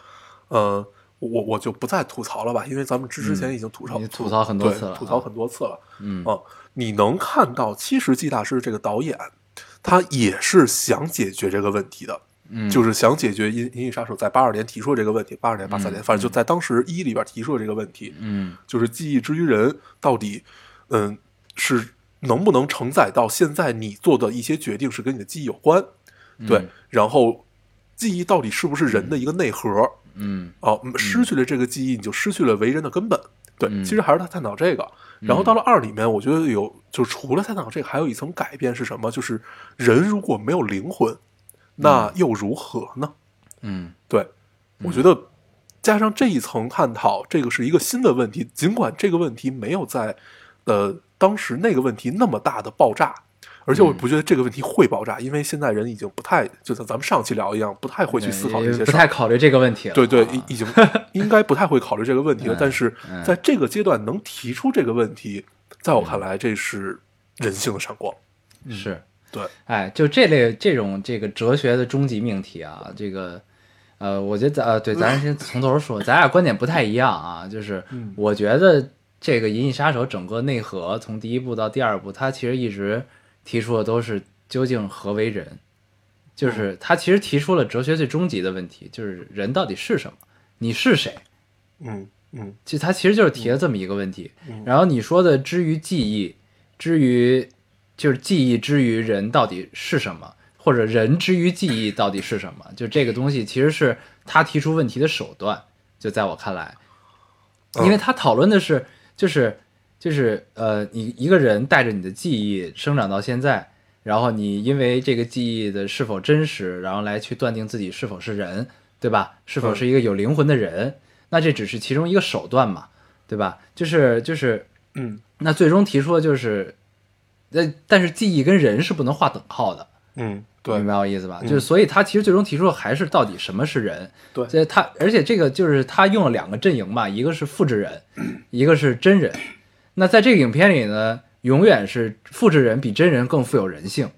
S4: 呃，我我就不再吐槽了吧，因为咱们之之前已经吐槽、
S3: 嗯你吐槽很多
S4: 对
S3: 次了
S4: 吐槽
S3: 啊
S4: 很多次了
S3: 嗯
S4: 啊。你能看到，其实《记忆大师》这个导演，他也是想解决这个问题的。
S3: 嗯
S4: 就是想解决《银银翼杀手》在八二年提出的这个问题，八二年、八三年，反正就在当时一里边提出的这个问题。
S3: 嗯
S4: 就是记忆之于人到底，嗯，是能不能承载到现在你做的一些决定是跟你的记忆有关？对，然后记忆到底是不是人的一个内核？
S3: 嗯
S4: 哦，嗯失去了这个记忆，你就失去了为人的根本。对，
S3: 嗯
S4: 其实还是他探讨这个。然后到了二里面，我觉得有，就除了探讨这个，还有一层改变是什么？就是人如果没有灵魂，那又如何呢？
S3: 嗯
S4: 对，我觉得加上这一层探讨，这个是一个新的问题。尽管这个问题没有在呃当时那个问题那么大的爆炸，而
S3: 嗯
S4: 且我不觉得这个问题会爆炸，因为现在人已经不太就像咱们上期聊一样，不太会去思考这
S3: 也
S4: 些
S3: 不
S4: 事儿。
S3: 太考虑这个问题了。
S4: 对对
S3: 啊，
S4: 已已经应该不太会考虑这个问题了。
S3: 嗯
S4: 但是
S3: 嗯
S4: 在这个阶段能提出这个问题，在我看来，这是人性的闪光。
S3: 是，
S4: 嗯对，
S3: 哎，就这类这种这个哲学的终极命题啊，这个，呃，我觉得咱呃，对，咱先从头说，咱俩观点不太一样啊，就是
S4: 嗯
S3: 我觉得这个《银翼杀手》整个内核从第一部到第二部，它其实一直提出的都是究竟何为人，
S4: 嗯
S3: 就是它其实提出了哲学最终极的问题，就是人到底是什么，你是谁，
S4: 嗯嗯
S3: 就他其实就是提了这么一个问题。
S4: 嗯
S3: 然后你说的之于记忆，之于就是记忆之于人到底是什么，或者人之于记忆到底是什么？就这个东西其实是他提出问题的手段。就在我看来，因为他讨论的是就是就是呃，你一个人带着你的记忆生长到现在。然后你因为这个记忆的是否真实，然后来去断定自己是否是人，对吧？是否是一个有灵魂的人？那这只是其中一个手段嘛，对吧？就是就是，
S4: 嗯
S3: 那最终提出的就是，那但是记忆跟人是不能划等号的，
S4: 嗯，
S3: 明
S4: 对
S3: 白我意思吧？
S4: 嗯
S3: 就是所以他其实最终提出的还是到底什么是人。
S4: 对
S3: 所以他而且这个就是他用了两个阵营嘛，一个是复制人，一个是真人。那在这个影片里呢，永远是复制人比真人更富有人性，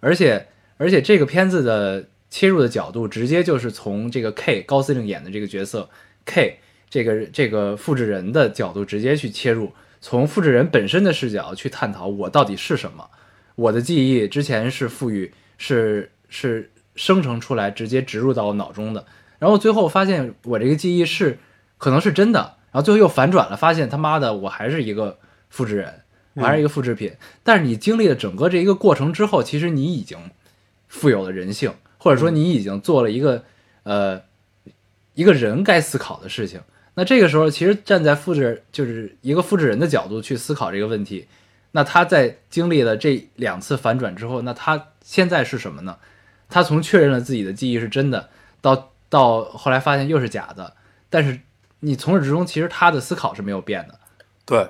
S3: 而且而且这个片子的切入的角度直接就是从这个 K 高司令演的这个角色 K 这个这个复制人的角度直接去切入，从复制人本身的视角去探讨我到底是什么。我的记忆之前是赋予是是生成出来，直接植入到我脑中的。然后最后发现我这个记忆是可能是真的，然后最后又反转了，发现他妈的我还是一个复制人，我还是一个复制品。但是你经历了整个这一个过程之后，其实你已经富有了人性，或者说你已经做了一个、呃一个人该思考的事情。那这个时候，其实站在复制就是一个复制人的角度去思考这个问题，那他在经历了这两次反转之后，那他现在是什么呢？他从确认了自己的记忆是真的，到到后来发现又是假的，但是你从始至终其实他的思考是没有变的，
S4: 对，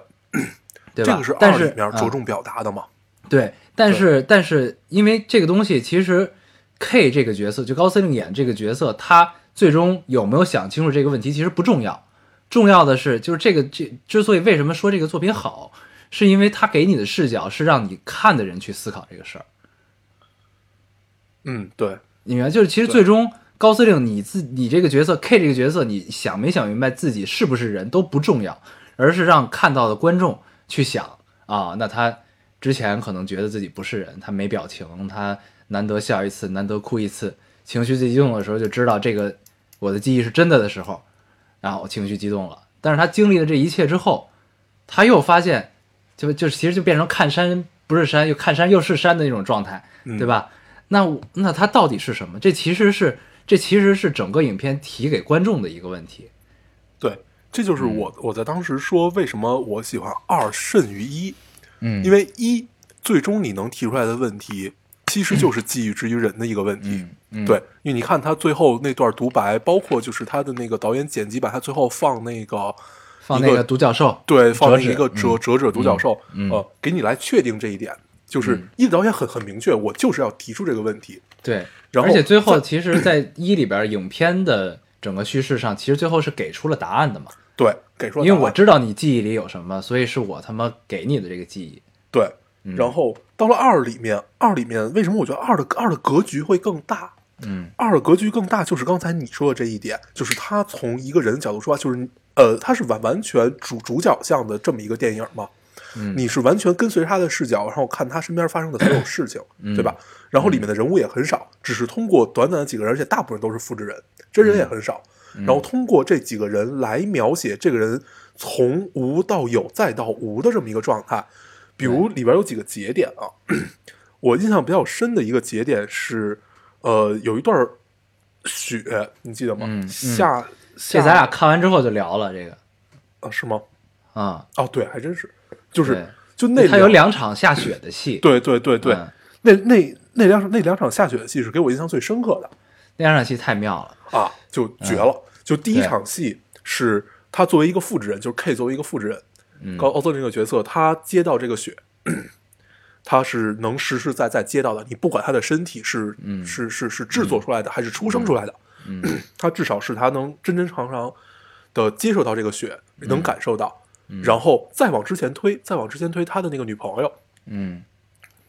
S3: 对吧？
S4: 这个是
S3: 但
S4: 二
S3: 是
S4: 里面
S3: 嗯
S4: 着重表达的嘛。
S3: 对，但是但是因为这个东西，其实 K 这个角色，就高司令演这个角色，他最终有没有想清楚这个问题，其实不重要。重要的是，就是这个这之所以为什么说这个作品好，是因为他给你的视角是让你看的人去思考这个事儿。
S4: 嗯，对，
S3: 你明白？就是其实最终高司令你自你这个角色 K 这个角色，你想没想明白自己是不是人都不重要，而是让看到的观众去想啊，那他之前可能觉得自己不是人，他没表情，他难得笑一次，难得哭一次，情绪最激动的时候就知道这个我的记忆是真的的时候，然后情绪激动了。但是他经历了这一切之后，他又发现，就就其实就变成看山不是山，又看山又是山的那种状态，
S4: 嗯
S3: 对吧？那我那它到底是什么？这其实是这其实是整个影片提给观众的一个问题。
S4: 对，这就是
S3: 嗯
S4: 我、我在当时说为什么我喜欢二胜于一，
S3: 嗯
S4: 因为一最终你能提出来的问题，其实就是记忆之于人的一个问题。
S3: 嗯
S4: 对，因为你看他最后那段独白，包括就是他的那个导演剪辑版，他最后放那个
S3: 放
S4: 一
S3: 那
S4: 个
S3: 个独角兽，
S4: 对，放了
S3: 折纸
S4: 一个折折者独角兽，
S3: 嗯嗯嗯
S4: 呃，给你来确定这一点，就是一导演很很明确，我就是要提出这个问题，
S3: 对，
S4: 然后
S3: 而且最后其实，在一里边影片的整个叙事上，其实最后是给出了答案的嘛，
S4: 对，给出了
S3: 因为
S4: 答
S3: 我
S4: 案
S3: 知道你记忆里有什么，所以是我他妈给你的这个记忆。
S4: 对，
S3: 嗯
S4: 然后到了二里面，二里面为什么我觉得二的二的格局会更大？
S3: 嗯，
S4: 二的格局更大，就是刚才你说的这一点，就是他从一个人的角度出发，就是呃，他是完完全主主角向的这么一个电影嘛。
S3: 嗯
S4: 你是完全跟随他的视角，然后看他身边发生的所有事情，
S3: 嗯
S4: 对吧？然后里面的人物也很少，只是通过短短的几个人，而且大部分都是复制人，真人也很少。
S3: 嗯
S4: 然后通过这几个人来描写这个人从无到有再到无的这么一个状态。比如里边有几个节点啊，我印象比较深的一个节点是，嗯、呃，有一段儿雪，你记得吗？
S3: 嗯嗯
S4: 下
S3: 这
S4: 下
S3: 咱俩看完之后就聊了这个
S4: 啊是吗？
S3: 啊，
S4: 哦，对，还真是，就是
S3: 对
S4: 就那
S3: 他有两场下雪的戏，
S4: 对对对对，
S3: 嗯
S4: 那那那两那两场下雪的戏是给我印象最深刻的。
S3: 那两场戏太妙了，
S4: 啊，就绝了。就第一
S3: 对
S4: 场戏是他作为一个复制人，就是 K 作为一个复制人，高奥特这个角色，他接到这个血， 他是能实实在在接到的。你不管他的身体是、是是是制作出来的，还是出生出来的， 他至少是他能真真常常的接受到这个血，能感受到。然后再往之前推，再往之前推，他的那个女朋友，
S3: 嗯，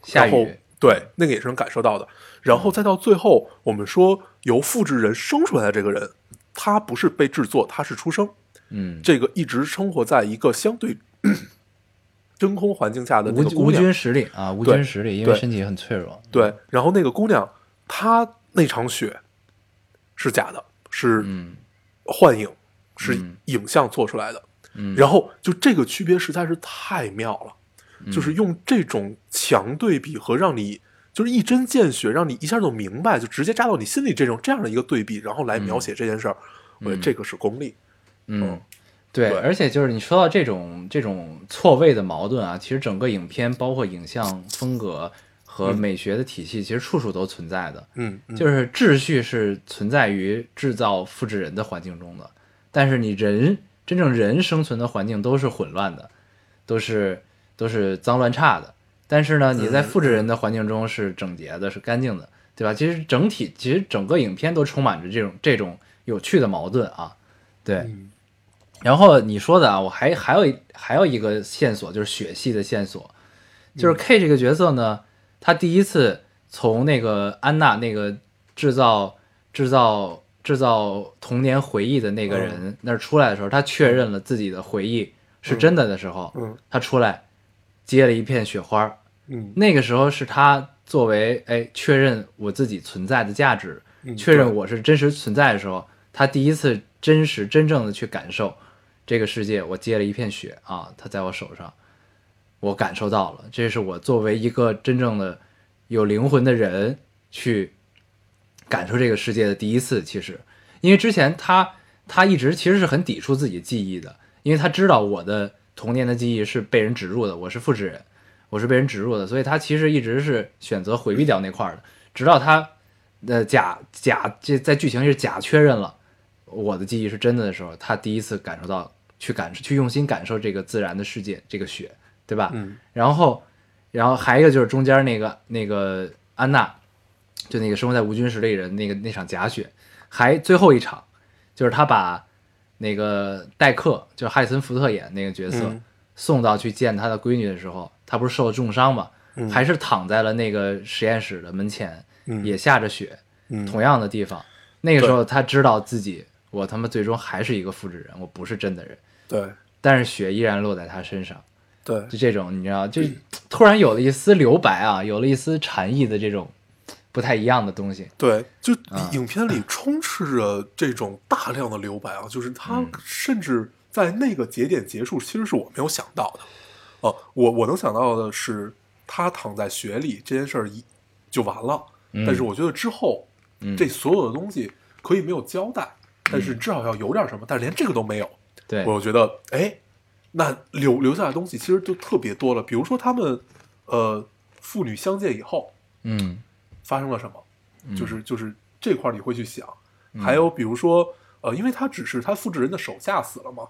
S3: 下
S4: 然后
S3: 雨，
S4: 对，那个也是能感受到的。然后再到最后，我们说由复制人生出来的这个人，他不是被制作，他是出生。
S3: 嗯，
S4: 这个一直生活在一个相对 真空环境下的
S3: 无
S4: 那个
S3: 无
S4: 姑娘
S3: 菌，实力啊，无
S4: 对
S3: 菌实力，因为
S4: 对
S3: 身体很脆弱，
S4: 对。然后那个姑娘，她那场雪是假的，是
S3: 嗯
S4: 幻影，是
S3: 嗯
S4: 影像做出来的。
S3: 嗯
S4: 然后就这个区别实在是太妙了，
S3: 嗯
S4: 就是用这种强对比和让你就是一针见血，让你一下就明白，就直接扎到你心里这种这样的一个对比，然后来描写这件事儿，我觉得这个是功力。
S3: 嗯
S4: 嗯，
S3: 对，
S4: 对
S3: 而且就是你说到这种这种错位的矛盾啊，其实整个影片包括影像风格和美学的体系，其实处处都存在的。
S4: 嗯，嗯
S3: 就是秩序是存在于制造复制人的环境中的，但是你人真正人生存的环境都是混乱的，都是都是脏乱差的。但是呢，你
S4: 嗯
S3: 在复制人的环境中是整洁的，是干净的，对吧？其实整体其实整个影片都充满着这种这种有趣的矛盾啊，对。然后你说的啊，我还还有一还有一个线索，就是血系的线索，就是 K 这个角色呢，他第一次从那个安娜那个制造制造制造童年回忆的那个人那儿出来的时候，他确认了自己的回忆是真的的时候，
S4: 嗯嗯
S3: 他出来接了一片雪花儿，
S4: 嗯
S3: 那个时候是他作为哎确认我自己存在的价值，
S4: 嗯
S3: 确认我是真实存在的时候，他第一次真实真正的去感受这个世界。我接了一片雪啊，它在我手上，我感受到了，这是我作为一个真正的有灵魂的人去感受这个世界的第一次。其实，因为之前他他一直其实是很抵触自己记忆的，因为他知道我的童年的记忆是被人植入的，我是复制人，我是被人植入的，所以他其实一直是选择回避掉那块儿的，直到他呃假假这在剧情是假确认了我的记忆是真的的时候，他第一次感受到去感去用心感受这个自然的世界，这个雪，对吧？
S4: 嗯
S3: 然后，然后还有一个就是中间那个那个安娜，就那个生活在无菌室里人那个那场假雪，还最后一场就是他把那个代克，就是哈里森福特演那个角色、
S4: 嗯
S3: 送到去见他的闺女的时候，他不是受了重伤嘛，还是躺在了那个实验室的门前，
S4: 嗯
S3: 也下着雪，
S4: 嗯
S3: 同样的地方，那个时候他知道自己，我他妈最终还是一个复制人，我不是真的人，
S4: 对
S3: 但是雪依然落在他身上。
S4: 对
S3: 就这种，你知道， 就突然有了一丝留白啊，有了一丝禅意的这种不太一样的东西。
S4: 对，就
S3: 啊
S4: 影片里充斥着这种大量的留白啊，就是他
S3: 嗯
S4: 甚至在那个节点结束，其实是我没有想到的。哦、我我能想到的是，他躺在雪里这件事儿一就完了，
S3: 嗯
S4: 但是我觉得之后、这所有的东西可以没有交代，但是至少要有点什么，但是连这个都没有，
S3: 嗯对，
S4: 我觉得哎，那留留下来的东西其实就特别多了，比如说他们呃父女相见以后，
S3: 嗯
S4: 发生了什么，就是就是这块儿你会去想。
S3: 嗯
S4: 还有比如说，呃，因为他只是他复制人的手下死了嘛，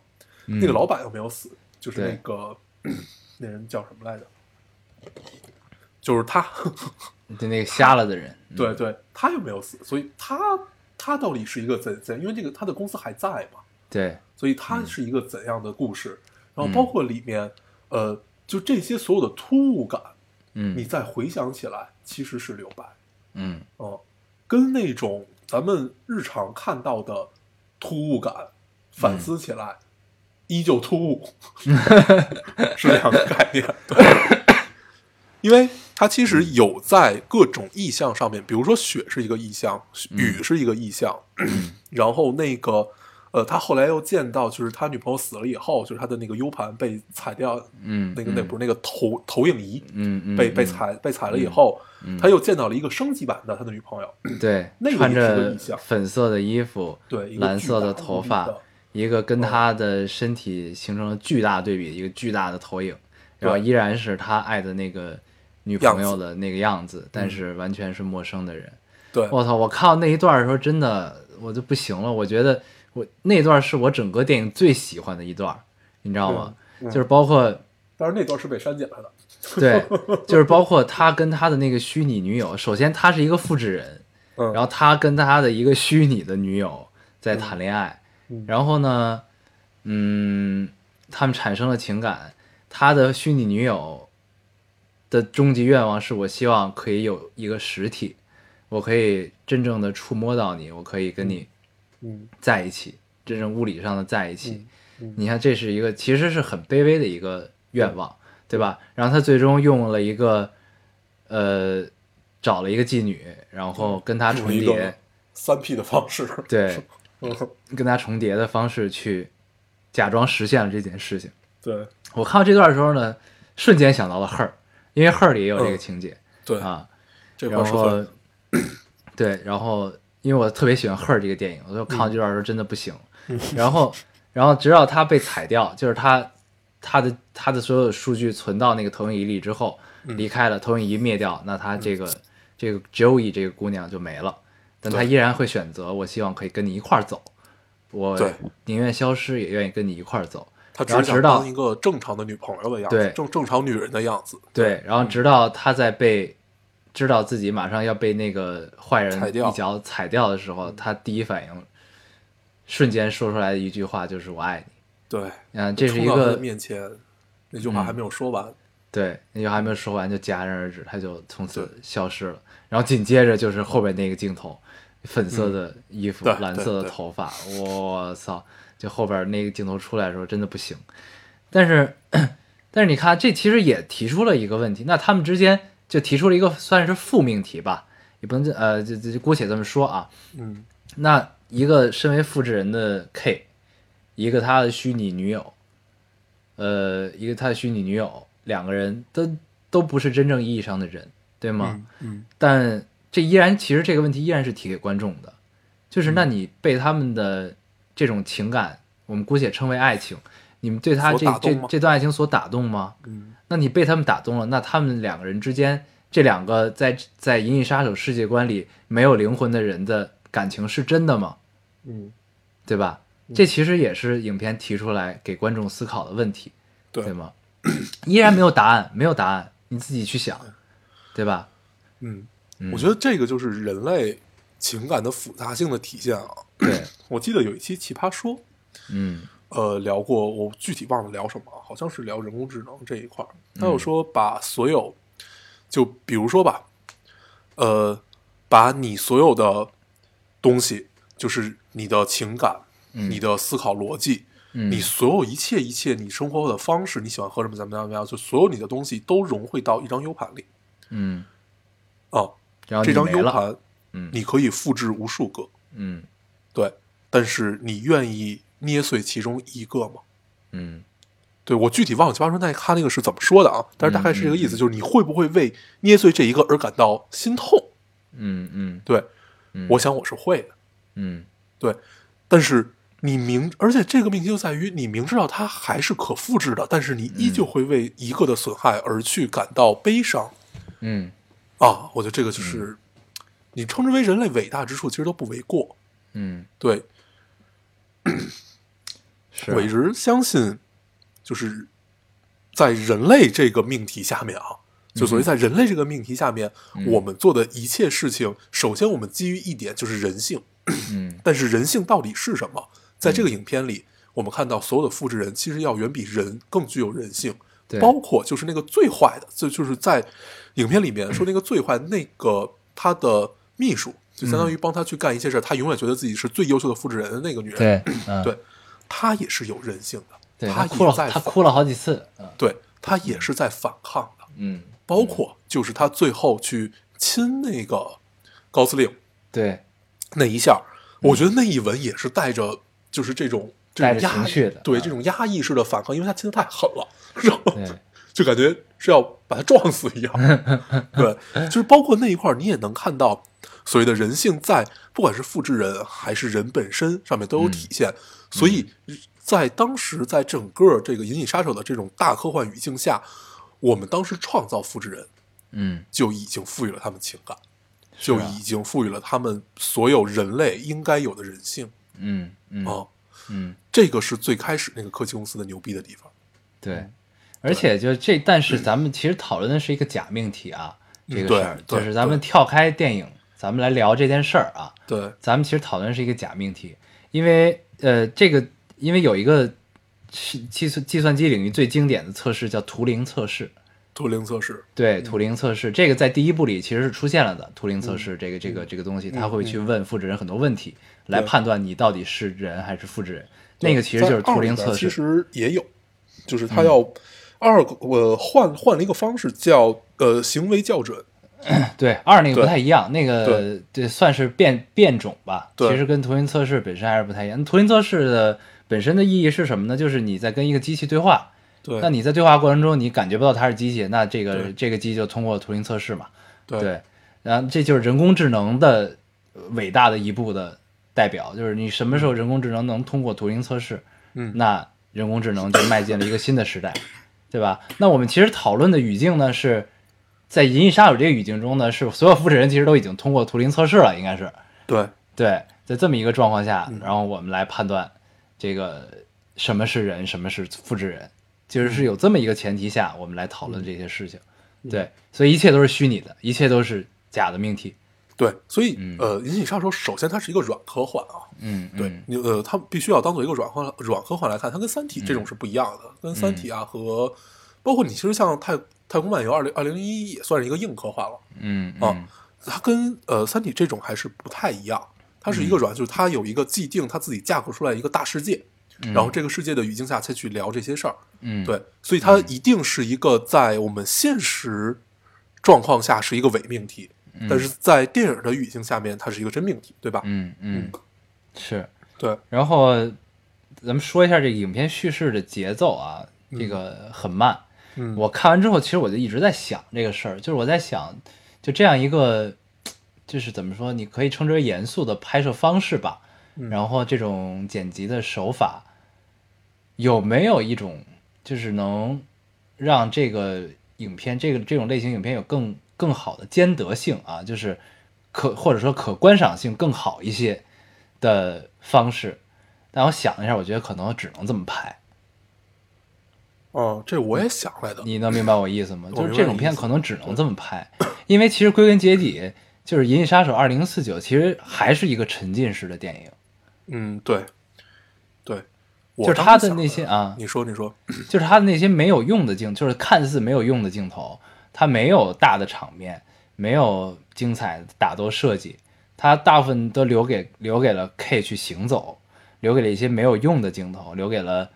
S4: 那个老板又没有死，就是
S3: 嗯对
S4: 那个 那人叫什么来着？就是他，
S3: 就那个瞎了的人，
S4: 对对，他又没有死，所以他他到底是一个怎怎？因为这个他的公司还在嘛，
S3: 对，
S4: 所以
S3: 嗯
S4: 它是一个怎样的故事？然后包括里面，呃，就这些所有的突兀感，你
S3: 嗯
S4: 再回想起来，其实是留白。
S3: 嗯
S4: 哦，跟那种咱们日常看到的突兀感，反思起来、依旧突 兀，是两个概念。对， 因为它其实有在各种意象嗯 上面，比如说雪是一个意象，雨是一个意象，然后那个呃，他后来又见到，就是他女朋友死了以后，就是他的那个 U 盘被裁掉，
S3: 嗯，
S4: 那个那
S3: 嗯
S4: 不是那个投投影仪
S3: 嗯嗯
S4: 被
S3: 嗯
S4: 被裁被裁了以后，他又见到了一个升级版的他的女朋友，
S3: 对，
S4: 那个
S3: 穿
S4: 也是个
S3: 着
S4: 意象
S3: 粉色的衣服，
S4: 对一个
S3: 蓝
S4: 巨
S3: 色
S4: 大
S3: 的
S4: 无
S3: 头
S4: 比
S3: 发
S4: 的，啊
S3: 一个跟他的身体形成了巨大对比，一个巨大的投影，然后
S4: 对
S3: 依然是他爱的那个女
S4: 样
S3: 朋友
S4: 子
S3: 的那个样
S4: 嗯
S3: 子，但是完全是陌生的人。
S4: 对，
S3: 我操！我看到那一段的时候，真的我就不行了。我觉得我那段是我整个电影最喜欢的一段，你知道吗？就是包括
S4: 当然那段是被删减了的，
S3: 对，就是包括他跟他的那个虚拟女友，首先他是一个复制人，
S4: 嗯，
S3: 然后他跟他的一个虚拟的女友在谈恋爱，然后呢，嗯，他们产生了情感。他的虚拟女友的终极愿望是我希望可以有一个实体，我可以真正的触摸到你，我可以跟你
S4: 嗯
S3: 在一起，真正物理上的在一起。你看，这是一个其实是很卑微的一个愿望，对吧？然后他最终用了一个，呃，找了一个妓女，然后跟她
S4: 用
S3: 重
S4: 一个
S3: 叠，
S4: 三 P 的 方式，
S3: 对，
S4: 嗯，
S3: 跟她重叠的方式去假装实现了这件事情。
S4: 对
S3: 我看到这段的时候呢，瞬间想到了《Her》，因为《Her》里也有这个情节、
S4: 对，
S3: 啊。
S4: 这块
S3: 然
S4: 是很
S3: 后，对，然后因为我特别喜欢《Her》这个电影，我就看
S4: 嗯
S3: 到这段儿时候真的不行。 然后，然后直到他被裁掉，就是他他的他的所有数据存到那个投影仪里之后，
S4: 嗯
S3: 离开了，投影仪灭掉，那他这个、这个 Joey 这个姑娘就没了。但他
S4: 对
S3: 依然会选择，我希望可以跟你一块儿走，我
S4: 对
S3: 宁愿消失也愿意跟你一块儿走。
S4: 他只
S3: 然
S4: 是
S3: 后直
S4: 想
S3: 到
S4: 当一个正常的女朋友的样
S3: 对
S4: 子，正正常女人的样子，
S3: 对，然后直到他在被知道自己马上要被那个坏人
S4: 踩掉
S3: 一脚踩掉的时候，他第一反应瞬间说出来的一句话就是“我爱你
S4: 对，”。
S3: 嗯，这是一
S4: 冲到他的
S3: 个嗯
S4: 面前，那句话还没有说完，
S3: 对，那句话还没有说完就戛然而止，他就从此消失了。然后紧接着就是后边那个镜头，粉色的衣服，
S4: 嗯对
S3: 蓝
S4: 对
S3: 色的
S4: 对
S3: 头发，我操！就后边那个镜头出来的时候，真的不行。但是， 但是你看，这其实也提出了一个问题，那他们之间就提出了一个算是负命题吧，也不能这呃，就就姑且这么说啊。
S4: 嗯，
S3: 那一个身为复制人的 K，一个他的虚拟女友，呃，一个他的虚拟女友，两个人都都不是真正意义上的人，对吗？
S4: 嗯嗯，
S3: 但这依然，其实这个问题依然是提给观众的，就是
S4: 嗯
S3: 那你被他们的这种情感，我们姑且称为爱情，你们对他
S4: 所
S3: 这
S4: 打动
S3: 这
S4: 吗
S3: 这段爱情所打动吗？
S4: 嗯，
S3: 那你被他们打动了，那他们两个人之间，这两个在在《银翼杀手》世界观里没有灵魂的人的感情是真的吗？
S4: 嗯，
S3: 对吧？这其实也是影片提出来给观众思考的问题，
S4: 对
S3: 对吗？ 依然没有答案，没有答案，你自己去想，对 吧？
S4: 嗯，我觉得这个就是人类情感的复杂性的体现啊。
S3: 对，
S4: 我记得有一期《奇葩说》，
S3: 嗯
S4: 呃，聊过，我具体忘了聊什么，好像是聊人工智能这一块儿。他
S3: 嗯
S4: 有说把所有，就比如说吧，呃，把你所有的东西，就是你的情感、你的思考逻辑，
S3: 嗯
S4: 你所有一切一切你生活的方式，你喜欢喝什么怎么样怎么样，就所有你的东西都融汇到一张 U 盘里
S3: 嗯，
S4: 啊。
S3: 然后
S4: 这
S3: 你
S4: 张
S3: 没
S4: U
S3: 了，
S4: 盘，
S3: 嗯
S4: 你可以复制无数个，
S3: 嗯
S4: 对，但是你愿意捏碎其中一个吗？
S3: 嗯
S4: 对我具体忘了奇葩说那他那个是怎么说的啊？但是大概是这个意思，就是你会不会为捏碎这一个而感到心痛？
S3: 嗯嗯
S4: 对，
S3: 嗯
S4: 我想我是会的。
S3: 嗯，
S4: 对，但是你明，而且这个命题就在于你明知道它还是可复制的，但是你依旧会为一个的损害而去感到悲伤
S3: 嗯
S4: 啊！我觉得这个就是、你称之为人类伟大之处，其实都不为过。
S3: 嗯，
S4: 对，
S3: 是啊
S4: 我一直相信，就是在人类这个命题下面
S3: 嗯
S4: 啊，就所谓在人类这个命题下面，我们做的一切事情，首先我们基于一点就是人性，
S3: 嗯
S4: 但是人性到底是什么？在这个影片里，我们看到所有的复制人其实要远比人更具有人性
S3: 对，
S4: 包括就是那个最坏的，就就是在影片 里面说那个最坏的那个他的秘书，就相当于帮他去干一些事儿，他永远觉得自己是最优秀的复制人的那个女人，
S3: 对嗯
S4: 对，她也是有人性的，
S3: 对，他
S4: 她
S3: 哭了
S4: 也在，
S3: 他
S4: 反
S3: 哭了好几次，嗯
S4: 对她也是在反抗的，
S3: 嗯，
S4: 包括就是她最后去亲那个高司令
S3: 对
S4: 那一下，我觉得那一吻也是带着就是这种这
S3: 嗯带
S4: 种
S3: 着
S4: 压
S3: 情
S4: 抑，
S3: 绪的，
S4: 对
S3: 啊
S4: 这种压抑式的反抗，因为他亲的太狠了，然后
S3: 对
S4: 就感觉是要把他撞死 一样。对，就是包括那一块儿，你也能看到所谓的人性在，不管是复制人还是人本身上面都有体现。
S3: 嗯
S4: 所以在当时，在整个这个《银翼杀手》的这种大科幻语境下，我们当时创造复制人
S3: 嗯
S4: 就已经赋予了他们情感，
S3: 是
S4: 就
S3: 啊
S4: 已经赋予了他们所有人类应该有的人性
S3: 嗯嗯
S4: 啊。
S3: 嗯，
S4: 这个是最开始那个科技公司的牛逼的地方。
S3: 对，
S4: 嗯
S3: 而且就这，但是咱们其实讨论的是一个假命题啊，
S4: 嗯
S3: 这个
S4: 对
S3: 事儿，
S4: 对
S3: 就是咱们
S4: 对
S3: 跳开电影，咱们来聊这件事儿啊。
S4: 对，
S3: 咱们其实讨论是一个假命题，因为呃，这个因为有一个计计算计算机领域最经典的测试叫图灵测试，
S4: 图灵测试，
S3: 对图灵测试，这个在第一部里其实是出现了的。图灵
S4: 嗯
S3: 测试这个这个这个东西，他会去问复制人很多问题，来
S4: 对
S3: 判断你到底是人还是复制人。那个其实就是
S4: 在
S3: 图
S4: 二里
S3: 灵
S4: 边
S3: 测
S4: 其
S3: 试，嗯
S4: 实也有，就是他要二个呃换换了一个方式叫呃行为校准，
S3: 对二那个
S4: 对
S3: 不太一样，那个
S4: 对
S3: 对算是变变种吧。
S4: 对
S3: 其实跟图灵测试本身还是不太一样。图灵测试的本身的意义是什么呢？就是你在跟一个机器对话，
S4: 对，
S3: 那你在对话过程中你感觉不到它是机器，那这个
S4: 对
S3: 这个机就通过图灵测试嘛。
S4: 对
S3: 对，然后这就是人工智能的呃伟大的一步的代表，就是你什么时候人工智能能通过图灵测试，
S4: 嗯
S3: 那人工智能就迈进了一个新的时代， 对吧？那我们其实讨论的语境呢是。在《银翼杀手》这个语境中呢，是所有复制人其实都已经通过图灵测试了，应该是
S4: 对
S3: 对，在这么一个状况下，然后我们来判断这个什么是人，什么是复制人，就是是有这么一个前提下，我们来讨论这些事情。对，所以一切都是虚拟的，一切都是假的命题。
S4: 对，所以
S3: 嗯
S4: 呃《银翼杀手》首先它是一个软科幻啊，
S3: 嗯，
S4: 对
S3: 嗯
S4: 你呃它必须要当做一个软科软科幻来看，它跟《三体》
S3: 嗯
S4: 这种是不一样的，跟《三体》啊和包括你其实像太《太空漫游二零二零零一》也算是一个硬科幻了，
S3: 嗯
S4: 啊，它跟呃《三体》这种还是不太一样，它
S3: 嗯
S4: 是一个软，就是它有一个既定，它自己架构出来一个大世界，然后这个世界的语境下再去聊这些事儿，
S3: 嗯，
S4: 对，所以它一定是一个在我们现实状况下是一个伪命题，但是在电影的语境下面，它是一个真命题，对吧？
S3: 嗯嗯是。
S4: 对，
S3: 然后咱们说一下这个影片叙事的节奏啊，这个很慢。
S4: 嗯
S3: 我看完之后，其实我就一直在想这个事儿，就是我在想，就这样一个，就是怎么说，你可以称之为严肃的拍摄方式吧，然后这种剪辑的手法，有没有一种就是能让这个影片这个这种类型影片有更更好的兼得性啊，就是可或者说可观赏性更好一些的方式。但我想了一下，我觉得可能只能这么拍。
S4: 哦、这我也想来的，
S3: 你能明白我意思吗？就是
S4: 我明白
S3: 这种
S4: 你意
S3: 片
S4: 思
S3: 可能只能这么拍，因为其实归根结底就是《银翼杀手二零四九》，其实还是一个沉浸式的电影，
S4: 嗯，对，对，我
S3: 就是他
S4: 当时
S3: 的
S4: 想
S3: 那些啊，
S4: 你说，你说，
S3: 就是他的那些没有用的镜，就是看似没有用的镜头，它没有大的场面，没有精彩的打斗设计，它大部分都留给留给了 K 去行走，留给了一些没有用的镜头，留给了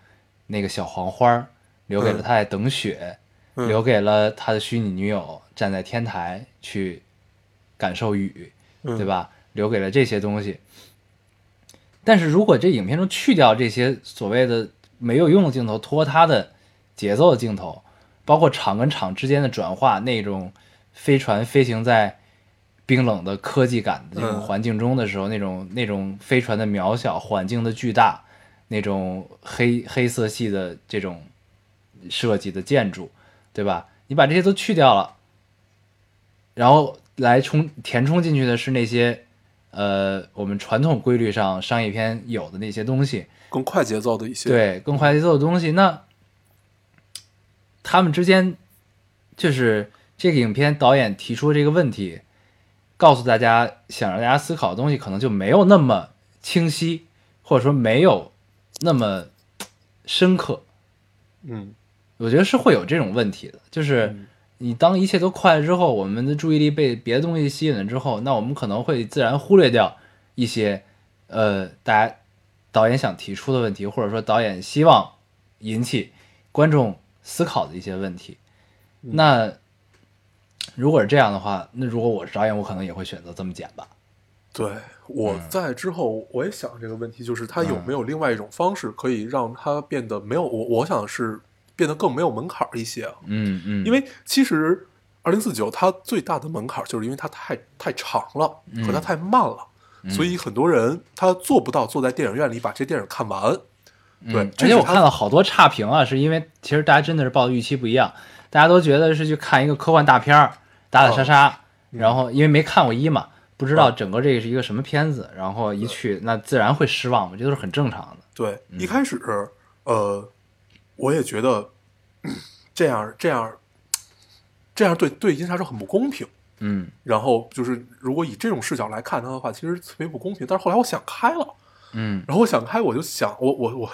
S3: 那个小黄花儿，留给了
S4: 嗯
S3: 他在等雪，
S4: 嗯
S3: 留给了他的虚拟女友站在天台去感受雨，
S4: 嗯
S3: 对吧？留给了这些东西。但是如果这影片中去掉这些所谓的没有用的镜头、拖沓的节奏的镜头，包括场跟场之间的转化，那种飞船飞行在冰冷的科技感的那种
S4: 嗯
S3: 环境中的时候，那种那种飞船的渺小、环境的巨大，那种黑黑色系的这种设计的建筑，对吧？你把这些都去掉了，然后来充填充进去的是那些，呃，我们传统规律上商业片有的那些东西，
S4: 更快节奏的一些，，
S3: 对，更快节奏的东西。那他们之间，就是这个影片导演提出这个问题，告诉大家想让大家思考的东西，可能就没有那么清晰，或者说没有那么深刻。
S4: 嗯，
S3: 我觉得是会有这种问题的，就是你当一切都快了之后，我们的注意力被别的东西吸引了之后，那我们可能会自然忽略掉一些，呃，大家导演想提出的问题，或者说导演希望引起观众思考的一些问题。那如果是这样的话，那如果我是导演，我可能也会选择这么剪吧。
S4: 对，我在之后我也想这个问题，就是他有没有另外一种方式可以让他变得没有我，我想是变得更没有门槛儿一些啊。
S3: 嗯嗯，
S4: 因为其实二零四九它最大的门槛儿就是因为它太太长了和它太慢了，所以很多人他做不到坐在电影院里把这电影看完。对，
S3: 嗯
S4: 这
S3: 而且
S4: 是
S3: 我
S4: 他
S3: 看到好多差评啊，是因为其实大家真的是抱的预期不一样，大家都觉得是去看一个科幻大片儿，打打
S4: 哦
S3: 杀
S4: 嗯
S3: 杀，然后因为没看过一嘛，不知道整个这个是一个什么片子，然后一去那自然会失望嘛，这都是很正常的。
S4: 对，一开始，呃，我也觉得 嗯这样这样这样对对阴差是很不公平。
S3: 嗯
S4: 然后就是，如果以这种视角来看它的话，其实特别不公平。但是后来我想开了，
S3: 嗯
S4: 然后我想开，我就想，我我我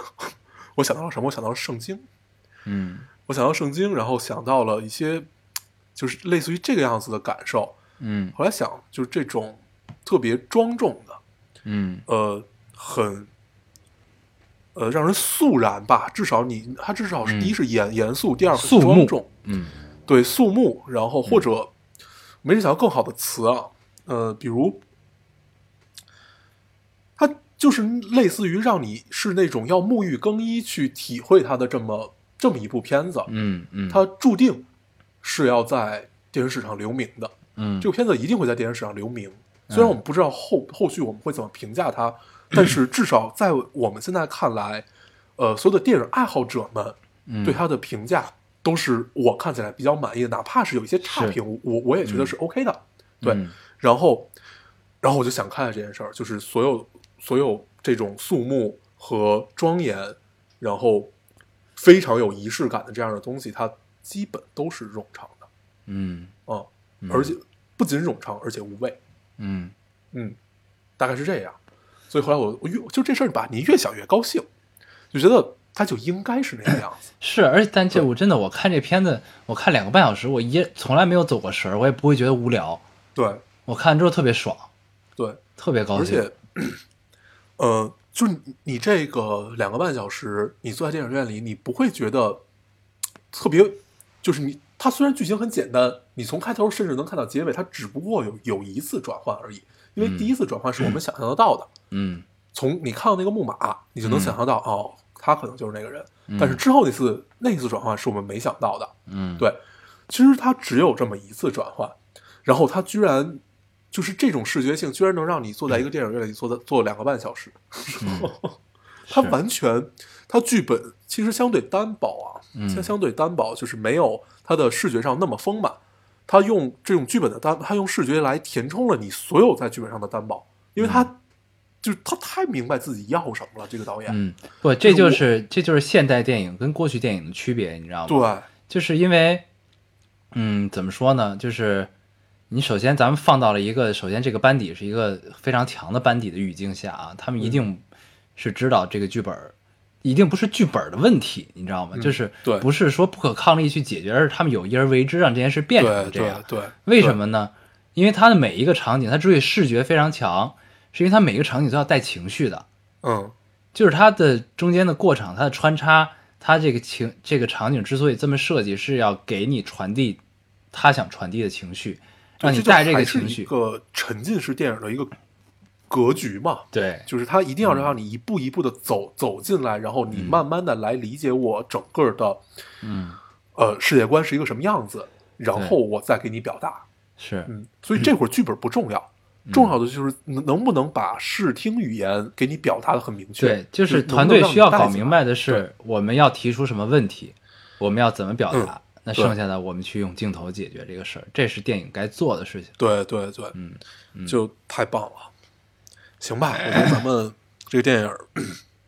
S4: 我想到了什么？我想到了圣经，
S3: 嗯
S4: 我想到圣经，然后想到了一些就是类似于这个样子的感受。
S3: 嗯
S4: 后来想，就是这种特别庄重的，
S3: 嗯
S4: 呃，很呃让人肃然吧。至少你，它至少是、
S3: 嗯
S4: 第一是严严肃，第二很
S3: 肃穆
S4: 庄重，
S3: 嗯
S4: 对肃穆。然后或者、没人想到更好的词啊，呃，比如它就是类似于让你是那种要沐浴更衣去体会它的这么这么一部片子，
S3: 嗯嗯，
S4: 它注定是要在电影史上留名的。
S3: 嗯
S4: 这个片子一定会在电影史上留名。虽然我们不知道后后续我们会怎么评价它，但是至少在我们现在看来，呃，所有的电影爱好者们
S3: 嗯
S4: 对它的评价都是我看起来比较满意的，哪怕是有一些差评，我我我也觉得是 OK 的。对，
S3: 嗯
S4: 然后，然后我就想开了这件事儿，就是所有所有这种肃穆和庄严，然后非常有仪式感的这样的东西，它基本都是冗长的。
S3: 嗯
S4: 啊，而且不仅冗长，而且无味，
S3: 嗯。
S4: 嗯，大概是这样。所以后来我我越就这事儿吧，你越想越高兴，就觉得它就应该是那个样子
S3: 是，而且但这我真的我看这片子，我看两个半小时，我也从来没有走过神儿，我也不会觉得无聊，
S4: 对
S3: 我看完之后特别爽，
S4: 对，
S3: 特别高
S4: 而
S3: 兴。
S4: 且，呃，就你你这个两个半小时，你坐在电影院里，你不会觉得特别，就是你它虽然剧情很简单，你从开头甚至能看到结尾，它只不过有有一次转换而已，因为第一次转换是我们想象得到的。
S3: 嗯
S4: 从你看到那个木马，你就能想象到、哦，他可能就是那个人。
S3: 嗯
S4: 但是之后那次那一次转换是我们没想到的。
S3: 嗯，
S4: 对，其实他只有这么一次转换，然后他居然就是这种视觉性，居然能让你坐在一个电影院里坐在坐两个半小时。
S3: 嗯
S4: 他完全，他剧本其实相对单薄啊，
S3: 嗯
S4: 相相对单薄，就是没有他的视觉上那么丰满。他用这种剧本的单，他用视觉来填充了你所有在剧本上的单薄，因为他、就是他太明白自己要什么了。这个导演，
S3: 嗯，不，这就
S4: 我
S3: 是这就是现代电影跟过去电影的区别，你知道吗？
S4: 对，
S3: 就是因为，嗯，怎么说呢？就是你首先咱们放到了一个，首先这个班底是一个非常强的班底的语境下啊，他们一定是知道这个剧本儿。一定不是剧本儿的问题，你知道吗？就是
S4: 嗯对
S3: 不是说不可抗力去解决，而是他们有意而为之，让这件事变
S4: 对
S3: 成这
S4: 对
S3: 样。
S4: 对，
S3: 为什么呢？因为它的每一个场景，它之所以视觉非常强，是因为它每个场景都要带情绪的。
S4: 嗯
S3: 就是它的中间的过场，它的穿插，它这个情这个场景之所以这么设计，是要给你传递他想传递的情绪，让你
S4: 就
S3: 带这
S4: 还
S3: 个
S4: 是
S3: 情
S4: 一
S3: 绪。
S4: 个沉浸式电影的一个格局嘛，
S3: 对，
S4: 就是它一
S3: 嗯
S4: 定要让你一步一步的走走进来，然后你慢慢的来理解我整个的，
S3: 嗯，
S4: 呃，世界观是一个什么样子，然后我再给你表达。
S3: 是，
S4: 嗯，所以这会儿剧本不重要，
S3: 嗯
S4: 重要的就是能能不能把视听语言给你表达的很明确。
S3: 对，就是
S4: 能不
S3: 团
S4: 能
S3: 队
S4: 让你
S3: 需要
S4: 带
S3: 搞
S4: 进
S3: 明
S4: 来
S3: 白的是，我们要提出什么问题，我们要怎么表
S4: 嗯
S3: 达。那剩下的我们去用镜头解决这个事儿，这是电影该做的事情。
S4: 对对对，
S3: 嗯，哎
S4: 就太棒了。行吧，我觉得咱们这个电影儿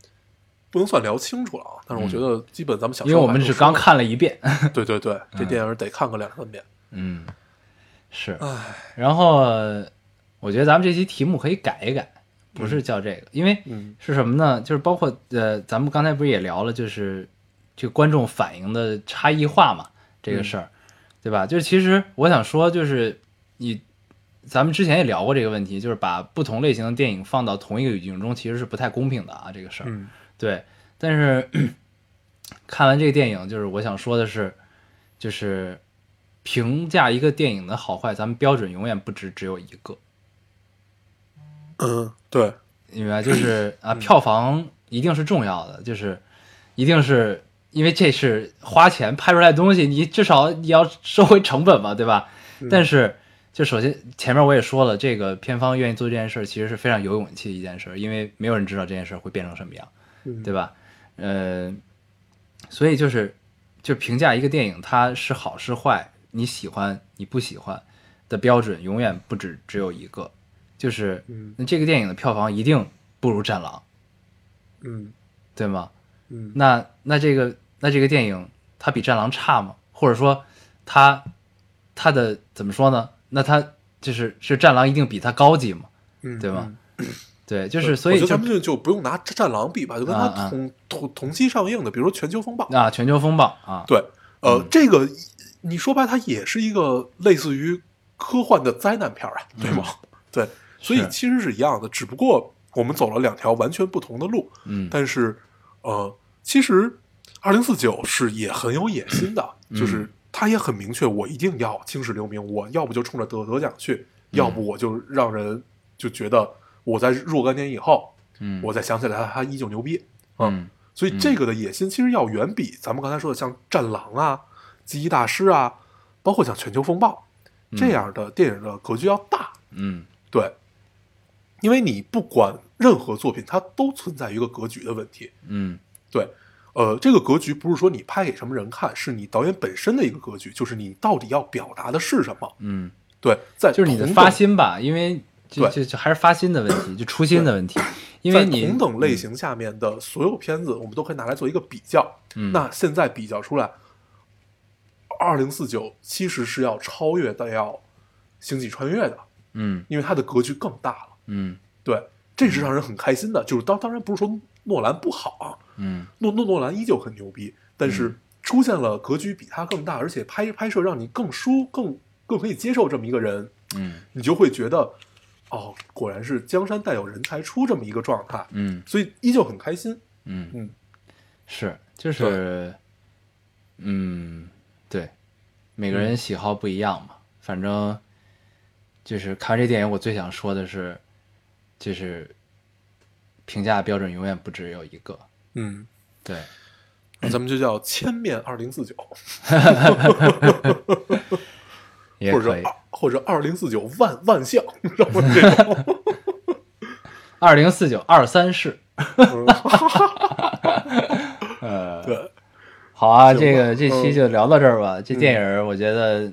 S4: 不能算聊清楚了啊，但是我觉得基本咱们小
S3: 嗯因为
S4: 说
S3: 我
S4: 还
S3: 们
S4: 都
S3: 只
S4: 说
S3: 刚
S4: 了，
S3: 看了嗯一遍，
S4: 对对对，这电影儿得看个两三遍。
S3: 嗯，是。
S4: 唉，
S3: 然后我觉得咱们这期题目可以改一改，不是叫这个，因为
S4: 嗯
S3: 是什么呢？就是包括呃，咱们刚才不是也聊了，就是这个观众反映的差异化嘛，这
S4: 嗯
S3: 个事儿，对吧？就是其实我想说，就是你咱们之前也聊过这个问题，就是把不同类型的电影放到同一个语境中，其实是不太公平的啊，这个事儿。
S4: 嗯
S3: 对，但是 看完这个电影，就是我想说的是，就是评价一个电影的好坏，咱们标准永远不只只有一个。
S4: 嗯，对，
S3: 明白？就是啊，票房一定是重要的，就是一定是因为这是花钱拍出来的东西，你至少你要收回成本嘛，对吧？但是就首先前面我也说了，这个片方愿意做这件事儿，其实是非常有勇气的一件事儿，因为没有人知道这件事儿会变成什么样，
S4: 嗯
S3: 对吧？呃，所以就是就评价一个电影它是好是坏，你喜欢你不喜欢的标准永远不只只有一个，就是
S4: 嗯
S3: 那这个电影的票房一定不如《战狼》，
S4: 嗯
S3: 对吗？
S4: 嗯
S3: 那那这个那这个电影它比《战狼》差吗？或者说它它的怎么说呢？那它就是是《战狼》一定比它高级吗？
S4: 嗯，
S3: 对吗？ 对，就
S4: 嗯？
S3: 是所
S4: 我
S3: 以
S4: 觉得
S3: 就
S4: 咱们就就不用拿《战狼》比吧，就跟
S3: 啊啊
S4: 它同同同期上映的，比如说《全球风暴》，
S3: 啊，全球风暴啊，
S4: 对，呃，这个你说白，它也是一个类似于科幻的灾难片儿啊，对吗？ 对，所以
S3: 嗯是
S4: 其实是一样的，只不过我们走了两条完全不同的路。
S3: 嗯
S4: 但是，呃，其实二零四九是也很有野心的，
S3: 嗯
S4: 就是他也很明确，我一定要青史留名，我要不就冲着得得奖去，
S3: 嗯
S4: 要不我就让人就觉得我在若干年以后，
S3: 嗯
S4: 我再想起来他，他依旧牛逼。
S3: 嗯
S4: 所以这个的野心其实要远比咱们刚才说的像《战狼》啊、《记忆大师》啊，包括像《全球风暴》这样的电影的格局要大。
S3: 嗯
S4: 对，因为你不管任何作品，它都存在一个格局的问题。
S3: 嗯
S4: 对，呃，这个格局不是说你拍给什么人看，是你导演本身的一个格局，就是你到底要表达的是什么。
S3: 嗯，
S4: 对，在
S3: 就是你的
S4: 同
S3: 发
S4: 等
S3: 心吧，因为就
S4: 对
S3: 就就还是发心的问题，就初心的问题，因为
S4: 在
S3: 你嗯
S4: 同等类型下面的所有片子，我们都可以拿来做一个比较。
S3: 嗯
S4: 那现在比较出来，二零四九其实是要超越到要《星际穿越》的，
S3: 嗯
S4: 因为它的格局更大了。
S3: 嗯
S4: 对，这是让人很开心的。就是当当然不是说诺兰不好啊，
S3: 嗯
S4: 诺诺诺兰依旧很牛逼，但是出现了格局比他更大，而且拍拍摄让你更舒更更可以接受这么一个人，
S3: 嗯
S4: 你就会觉得，哦，果然是江山代有人才出这么一个状态。
S3: 嗯
S4: 所以依旧很开心。
S3: 嗯
S4: 嗯，
S3: 是，就是，嗯，对，每个
S4: 嗯
S3: 人喜好不一样嘛。反正就是看完这电影，我最想说的是，就是评价标准永远不只有一个。
S4: 嗯，
S3: 对，
S4: 啊咱们就叫千面二零四九，
S3: 也
S4: 或
S3: 可
S4: 者
S3: 以。
S4: 或者二零四九万万象，然后这种，
S3: 二零四九二三四， 呃，
S4: 对，
S3: 好啊，
S4: 行
S3: 这
S4: 吧
S3: 个这期
S4: 嗯
S3: 就聊到这儿吧。这电影儿我觉得，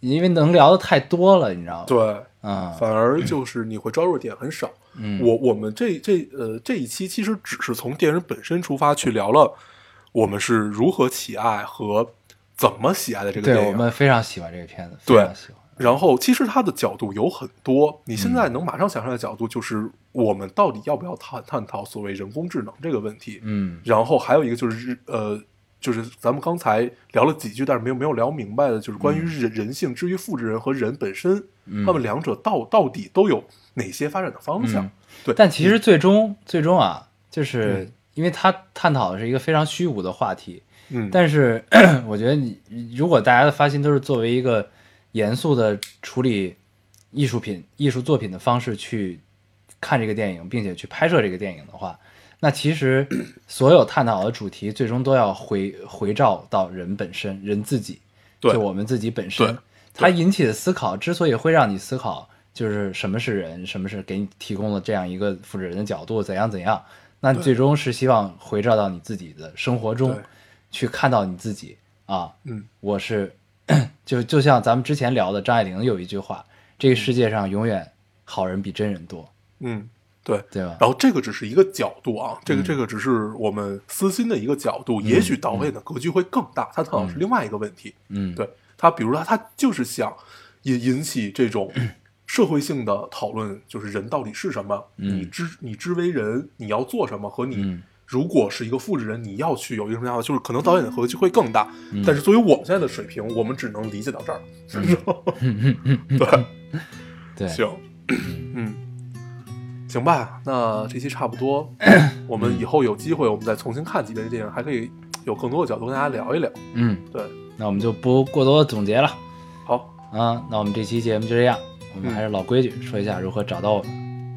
S3: 因为能聊的太多了，你知道吗？，
S4: 对，
S3: 嗯
S4: 反而就是你会抓住的点很少。
S3: 嗯，
S4: 我我们这这呃这一期其实只是从电影本身出发去聊了我们是如何喜爱和怎么喜爱的这个
S3: 对
S4: 电
S3: 我
S4: 影。
S3: 们非常喜欢这个片子，非
S4: 对
S3: 常喜欢。
S4: 然后其实它的角度有很多，你现
S3: 嗯
S4: 在能马上想象的角度就是我们到底要不要探探讨所谓人工智能这个问题。
S3: 嗯
S4: 然后还有一个就是日呃，就是咱们刚才聊了几句，但是没有没有聊明白的，就是关于
S3: 嗯
S4: 人、人性之于复制人和人本身，他们两者到到底都有哪些发展的方向？
S3: 嗯
S4: 对，
S3: 但其实最终、最终啊，就是因为他探讨的是一个非常虚无的话题，
S4: 嗯，
S3: 但是 我觉得你如果大家的发心都是作为一个严肃的处理艺术品、艺术作品的方式去看这个电影，并且去拍摄这个电影的话，那其 实所有探讨的主题最终都要回回照到人本身、人自己，
S4: 对
S3: 就我们自己本身
S4: 对。
S3: 它引起的思考之所以会让你思考，就是什么是人，什么是给你提供了这样一个复制人的角度，怎样怎样，那最终是希望回照到你自己的生活中
S4: 对，
S3: 去看到你自己啊。
S4: 嗯
S3: 我是就就像咱们之前聊的，张爱玲有一句话：“这个世界上永远好人比真人多。
S4: 嗯，对。”
S3: 对吧？
S4: 然后这个只是一个角度
S3: 嗯
S4: 啊，这个、这个只是我们私心的一个角度，也许导演的格局会更大，他探讨是另外一个问题。
S3: 嗯，
S4: 对他，比如说他就是想引引起这种社会性的讨论，就是人到底是什么？你知你知为人，你要做什么？和你
S3: 嗯
S4: 如果是一个复制人，你要去有一个什么样的？就是可能导演的格局会更大，
S3: 嗯
S4: 但是作为我们现在的水平，我们只能理解到这儿。对，
S3: 对，
S4: 行， 嗯。行吧，那这期差不 多，我们以后有机会，我们再重新看几遍这电影，还可以有更多的角度跟大家聊一聊。
S3: 嗯，
S4: 对，
S3: 那我们就不过多总结了
S4: 好，嗯
S3: 啊。那我们这期节目就这样，我们还是老规矩，说一下如何找到我们。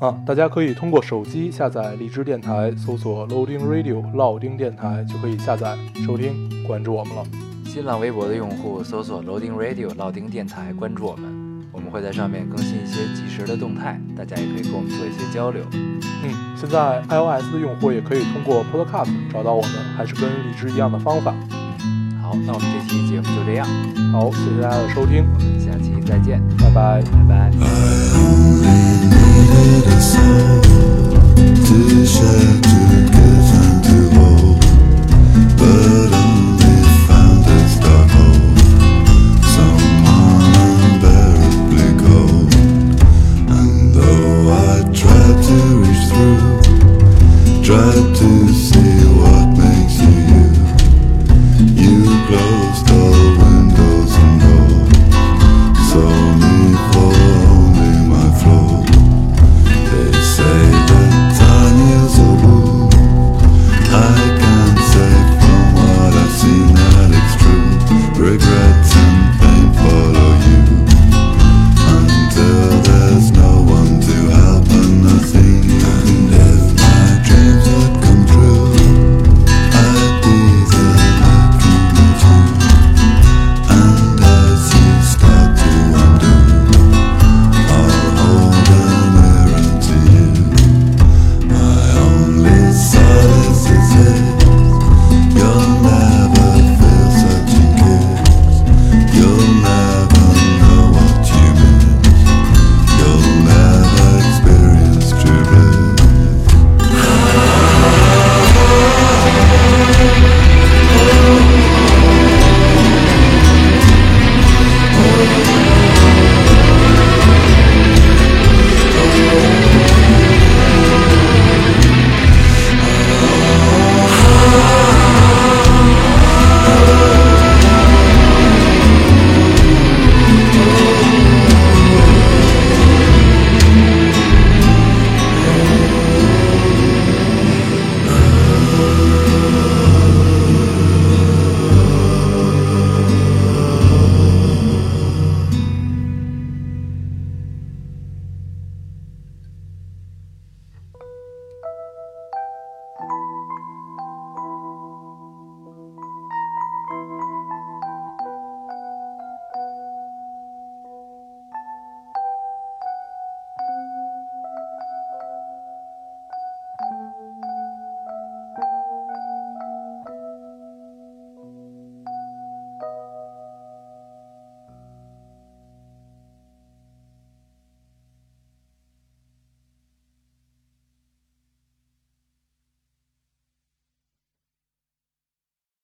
S4: 啊，大家可以通过手机下载荔枝电台，搜索 Loading Radio 老丁电台，就可以下载收听，关注我们了。
S1: 新浪微博的用户搜索 Loading Radio 老丁电台，关注我们，我们会在上面更新一些及时的动态，大家也可以跟我们做一些交流。
S4: 嗯，现在 iOS 的用户也可以通过 Podcast 找到我们，还是跟荔枝一样的方法。
S1: 好，那我们这期节目就这样，
S4: 好，谢谢大家的收听，
S1: 我们下期再见，
S4: 拜拜。
S1: 拜拜。
S5: Desire to give and to hold.